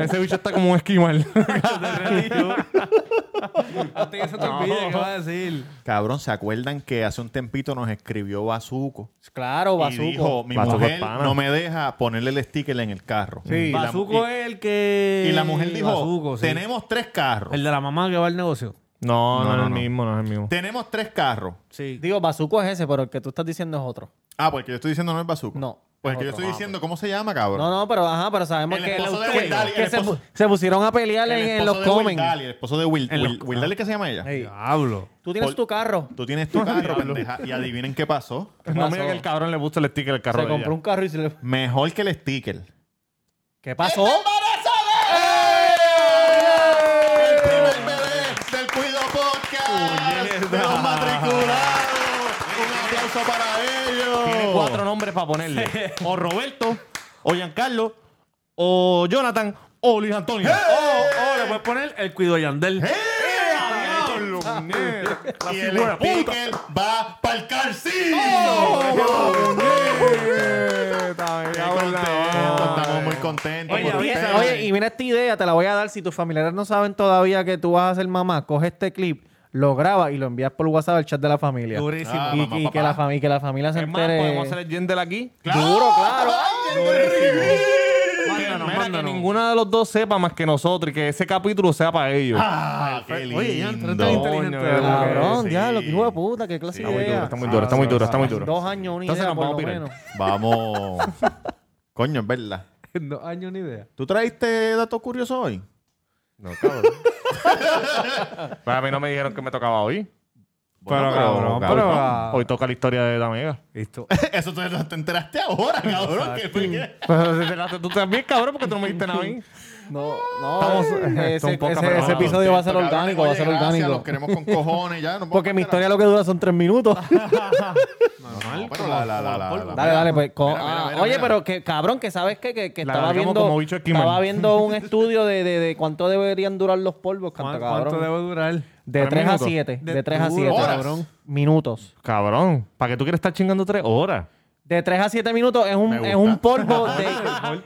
*laughs* Ese bicho está como un esquimal. *laughs* Antes que se te olvide, ¿qué va a decir? Cabrón, ¿se acuerdan que hace un tempito nos escribió Bazuco? Claro, Y bazuco. dijo, mi Bazuco es mujer pana. no me deja ponerle el sticker en el carro. Y la- Bazuco y- es el que. Y la mujer dijo, Bazuco, sí. tenemos tres carros. El de la mamá que va al negocio. No, no, No, es no, el no. mismo, no es el mismo. Tenemos tres carros. Sí. Digo, bazuco es ese, pero el que tú estás diciendo es otro. Ah, porque yo estoy diciendo no es Bazuco. No, Pues es el que yo otro. estoy diciendo, ¿cómo se llama, cabrón? No, no, pero ajá, pero sabemos El que, esposo la- de que- Will Daly, que el se, esposo- pu- se pusieron a pelear en, en esposo los de Will comen. Daly, el esposo de Will. En los- Will, Will Daly, ¿qué se llama ella? Ey, Diablo. tú tienes Por- tu carro. Tú tienes tu carro, pendeja. Y adivinen qué pasó. No mira que el cabrón le puso el sticker al carro. Se de compró ella. un carro y se le... Mejor que el sticker. ¿Qué pasó? El primer bebé del Cuido Podcast. De los matriculados. Un aplauso para ellos. Tiene cuatro nombres para ponerle. O Roberto, o Giancarlo, o Jonathan, o Luis Antonio. Oh, oh, le puedes poner el cuido Yandel. Y el sticker va para el calcillo. Qué contentos, Estamos muy contentos. Oye, por oye, ustedes. oye, y mira esta idea, te la voy a dar. Si tus familiares no saben todavía que tú vas a ser mamá, coge este clip, lo grabas y lo envías por WhatsApp al chat de la familia. Durísimo. Ah, Y, mamá, y papá. que la fami- y que la familia se Es más, entere. podemos hacer el Yendel aquí. Duro, claro. Mira, que ninguna de los dos sepa más que nosotros y que ese capítulo sea para ellos. Ah, qué lindo. Oye, ya, tú eres inteligente. Coño, de verdad. Cabrón, Sí. ya, lo que hijo de puta, qué clase Sí. de Está muy idea. duro, está muy duro, está muy duro, está muy duro. Dos años, una Entonces idea, nos vamos por a lo pirar. menos. Vamos. Coño, es verdad. No años ni idea. ¿Tú traíste datos curiosos hoy? No, *laughs* cabrón. Pues a mí no me dijeron que me tocaba hoy. Bueno, cabrón, pero- ah. Hoy toca la historia de Damega. Listo. *laughs* Eso te, te enteraste ahora, cabrón. que fue que- Pero tú también, cabrón, porque tú no me diste nada a mí. No, no, Estamos- ese, son pocas ese- Ah, personas. ese episodio va a ser Cabrón, orgánico, va a ser oye, gracias, Los orgánico. queremos con cojones ya. no podemos Porque mi esperar. historia lo que dura son tres minutos. No, pero la, la, la, la, *laughs* la- Dale, dale, pues. co- Mira, mira, ah, mira, oye, mira. pero que cabrón, que sabes qué? que, que La estaba largamos viendo como bicho esquimal. estaba viendo un estudio de, de, de cuánto deberían durar los polvos, canta, ¿Cuánto, cabrón. ¿Cuánto debo durar? De ¿Tres 3 a minutos? 7, de, De- 3 a Uh, 7, horas. cabrón, minutos. Cabrón, ¿para qué tú quieres estar chingando tres horas? De 3 a 7 minutos es un, Me es gusta. un polvo de-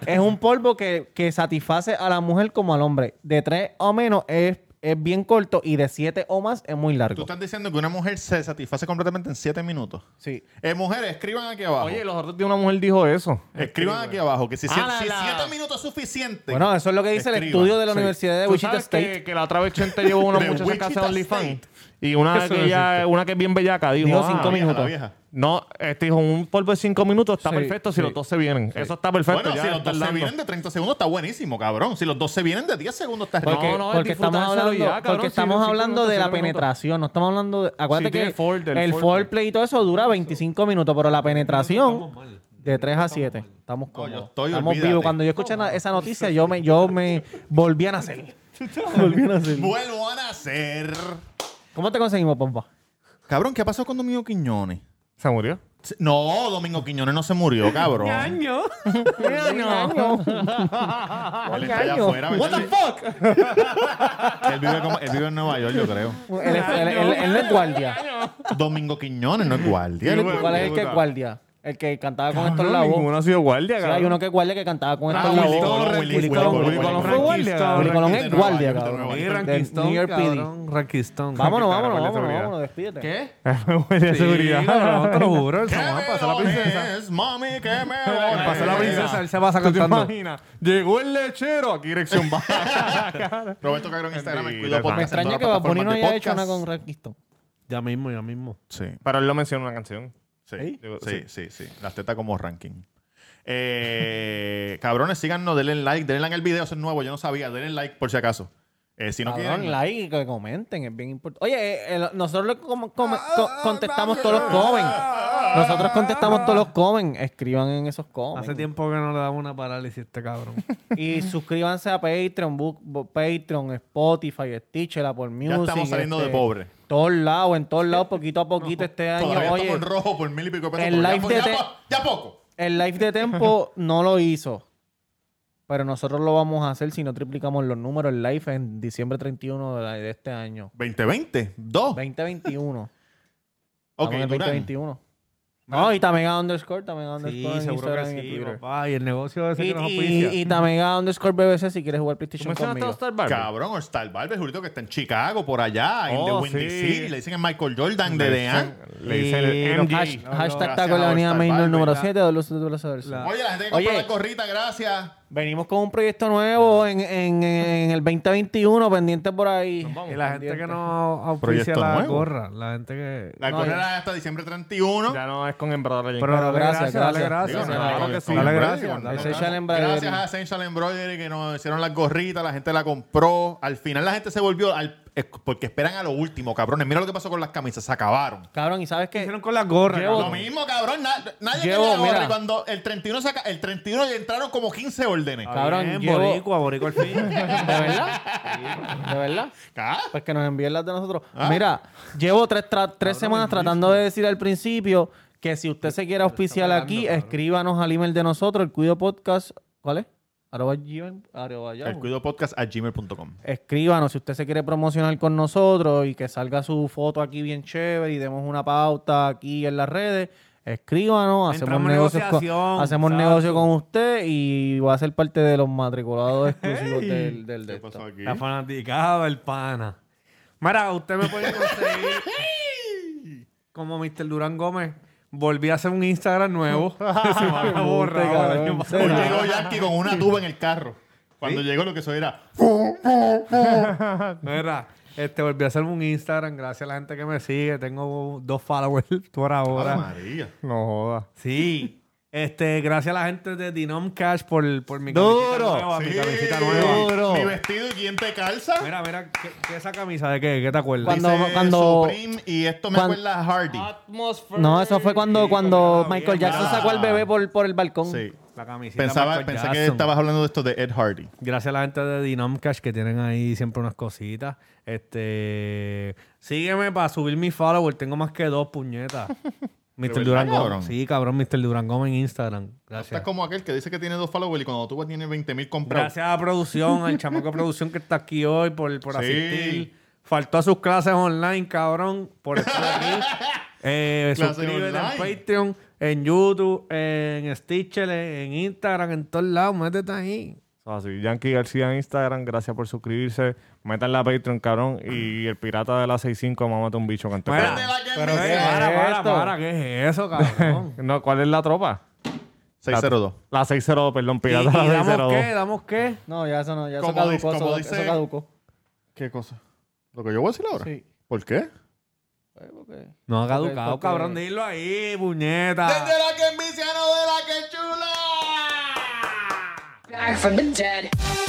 es un polvo que, que satisface a la mujer como al hombre. De 3 o menos es, es bien corto y de 7 o más es muy Tú largo. estás diciendo que una mujer se satisface completamente en 7 minutos. Sí. Eh, mujeres, escriban aquí abajo. Oye, los otros de una mujer dijo eso. escriban aquí abajo que si 7 la, la. minutos es suficiente. Bueno, eso es lo que dice el Escriban, estudio de la sí. Universidad de ¿Tú Wichita sabes State. que, que la otra vez Chente llevó una De muchacha a casa *laughs* de Wichita OnlyFans? State. Y una Eso que, ella, una que es bien bellaca dijo... Dijo ah, cinco La vieja, minutos. la vieja. No, este dijo, un polvo de cinco minutos está Sí, perfecto si sí. los dos se vienen. Eso está perfecto. Bueno, ya si los está dos se hablando. vienen de 30 segundos está buenísimo, cabrón. Si los dos se vienen de 10 segundos está rico. Porque, No, no, es porque estamos disfrutárselo hablando, ya, cabrón, porque sí, estamos cinco hablando minutos, de la cinco minutos. penetración, no estamos hablando de... Acuérdate Sí, que tiene fold, el el fold. foreplay y todo eso dura 25 minutos, pero la penetración de 3 a 7. Estamos No, yo cómodos. estoy, estamos olvídate. vivos. Cuando yo escuché na- esa noticia, yo me, yo me volví *laughs* a nacer. volví a nacer. Vuelvo a nacer. ¿Cómo te conseguimos, pompa? Cabrón, ¿qué pasó con Domingo Quiñones? ¿Se murió? No, Domingo Quiñones no se murió, cabrón. Año. Él está allá año. afuera, ¿verdad? *laughs* Él vive, como- él vive en Nueva York, yo creo. *laughs* Él es- él- él- él no es guardia. Domingo Quiñones no es guardia. Él es- ¿Cuál es el que es guardia? El que cantaba con estos labos. ninguno ha sido guardia, Sí, *laughs* hay uno que es guardia que cantaba con estos Willy labos. Colón, Willy Colón, Willy Colón. fue guardia. Frankie Willy Colón Stone. es guardia, Frankie cabrón. Stone. Y Del New Rankistón, York PD. cabrón. Rankistón. *laughs* Vámonos, Frankie vámonos, Stone, vámonos, seguridad. vámonos, despídete. ¿Qué? de seguridad. Sí, cabrón, te lo juro. Él *laughs* ¿Qué se va a pasar la hora princesa. es, mami, que me Me pasó la duele? princesa, él se pasa ¿Tú te cantando. imaginas? Llegó el lechero. Aquí dirección baja. Roberto Cabrón en Instagram, el Sí, Cuido te Podcast pasa. Me en extraña todas que las Bad Bunny no plataformas de haya hecho nada podcast. con Rankiston. Ya mismo, ya mismo. Sí, *laughs* Pero él lo menciona en una canción. sí, Digo, sí, sí, sí. Las tetas como ranking. Eh, cabrones, síganos, denle like, denle like al video, eso es nuevo, yo no sabía, denle like por si acaso. Eh, si no Cabrón, quieren, like y que Ah, comenten, es bien importante. Oye, eh, eh, nosotros le com- come- co- contestamos todos los comments. Nosotros contestamos ah. todos los comments. Escriban en esos comments. Hace tiempo que no le damos una parálisis a este *laughs* cabrón. *laughs* Y suscríbanse a Patreon, Book- Bo- Patreon, Spotify, Stitcher, Apple Music. Ya estamos saliendo de este, pobre. Todos lados, en todos lados, poquito a poquito este Todavía año. estamos Oye, en rojo por mil y pico de pesos. el pero ya live po- de ya, te- po- ya poco. el live de tempo no lo hizo. Pero nosotros lo vamos a hacer si no triplicamos los números. El live es en diciembre 31 de, la- de este año. 2020, 2. 2021. Ok, Estamos en el Durán. 2021. No, y Tamega underscore, Tamega underscore. en Instagram y en Twitter. papá. Y el negocio ese Y, que nos y, auspicia. y Tamega underscore BBC si quieres jugar ¿Tú PlayStation mencionaste a conmigo. Star Barber? Cabrón, o Star Barber, jurito que está en Chicago, por allá, en The Oh, Windy sí. City. Le dicen el Michael Jordan de Le DeAn. dicen- Le dicen Y el los MG. hash- No, Hashtag gracias Taco en la a avenida Oscar Main, Barber, número la- 7 de los de los Versos. La- Oye, la gente que Oye. compra la gorrita, gracias. Venimos con un proyecto nuevo en, en, en el 2021, pendiente por ahí. vamos. Y la gente que no auspicia Proyecto la nuevo. gorra, la gente que... La No, correrá ya- hasta diciembre 31. Ya no es con Embrador Legend. Pero dale gracias, gracias, dale gracias. Digo, gracias. no, Claro no, que no, sí, no, dale no, gracias. no, dale no, Essential gracias. Embroidery. Gracias a Essential Embroidery que nos hicieron las gorritas, la gente la compró. Al final la gente se volvió al- es- porque esperan a lo último, cabrones. Mira lo que pasó con las camisas, se acabaron. Cabrón, ¿y sabes ¿Qué qué? hicieron con las gorras? Llevo- Lo cabrón? mismo, cabrón. na- nadie Llevo, quería gorra. mira. Y cuando el 31 saca, el 31 ya entraron como 15 órdenes. Está Cabrón, bien, llevo- boricua, boricua al fin. ¿De *laughs* verdad? ¿De verdad? Ah, Pues que nos envíen las de nosotros. Ah. Mira, llevo tres, tra- tres semanas tratando de decir al principio que si usted se quiere auspiciar aquí, escríbanos al email de nosotros, el Cuido Podcast. ¿Cuál es? Arroba gmail, arroba El yahoo. cuido podcast a gmail.com. escríbanos si usted se quiere promocionar con nosotros y que salga su foto aquí bien chévere y demos una pauta aquí en las redes. Escríbanos, hacemos Entramos en negocios con, negociación, hacemos exacto. negocio con usted y va a ser parte de los *laughs* matriculados exclusivos del, del de ¿Qué esto. pasó aquí? La fanaticada, el pana. Mira, usted me puede conseguir *laughs* como Mr. Durán Gómez. Volví a hacer un *laughs* Instagram nuevo. *laughs* Se me había borrado el cabrón, año en pasado. Hoy serio. llegó Yankee con una tuba en el carro. Cuando llegó lo que eso era. Mira, este, volví a hacer un Instagram. Gracias a la gente que me sigue. Tengo dos followers *laughs* por Ah, ¡Ave ahora. Ah, María. No jodas. Sí. Este, gracias a la gente de Dinom Cash por, por mi camisita Duro. nueva. Ah, Mi Sí. camisita nueva. Duro. Mi vestido y quién te calza. Mira, mira, ¿qué, qué esa camisa de qué? ¿Qué te acuerdas? ¿Cuándo? Dice cuando- Supreme y esto me cuan- acuerda a Hardy. Ah, No, eso fue cuando, cuando mira, Michael Jackson mira. sacó al bebé por, por el balcón. Sí. La camisita Pensaba, Michael pensé que Jackson. estabas hablando de esto de Ed Hardy. Gracias a la gente de Dinomcash que tienen ahí siempre unas cositas. Este, sígueme para subir mi follower. Tengo más que dos puñetas. Mr. verdad, Durán cabrón? Gómez. Sí, cabrón, Mr. Durán Gómez en Instagram. Estás Gracias. como aquel que dice que tiene dos followers y cuando tú vas tiene 20 mil comprados. Gracias a la producción, al chamaco de producción que está aquí hoy por, por Sí. asistir. Faltó a sus clases online, cabrón, por estar *laughs* aquí. Eh, Clases suscríbete en online. Patreon, en YouTube, en Stitcher, en Instagram, en todos lados. Métete ahí. Así, Yankee García en Instagram, gracias por suscribirse. Metan la Patreon, cabrón. Y el pirata de la 65, mamate un bicho canto. Mira, Prende la que pero me ¿qué, sea. para, para, Esto. para, ¿qué es eso, cabrón? *laughs* No, ¿cuál es la tropa? 602. La 602, perdón, ¿Y, y pirata de la damos 602. qué? ¿Damos qué? No, ya eso no, ya eso Como dice- caducó. como Eso, dice- eso caducó. ¿Qué cosa? ¿Lo que yo voy a decir ahora? Sí. ¿Por qué? Eh, ok. No ha caducado, porque- cabrón. Dilo ahí, puñeta. ¡Desde la que envicia, no de la que chula! Back from the dead.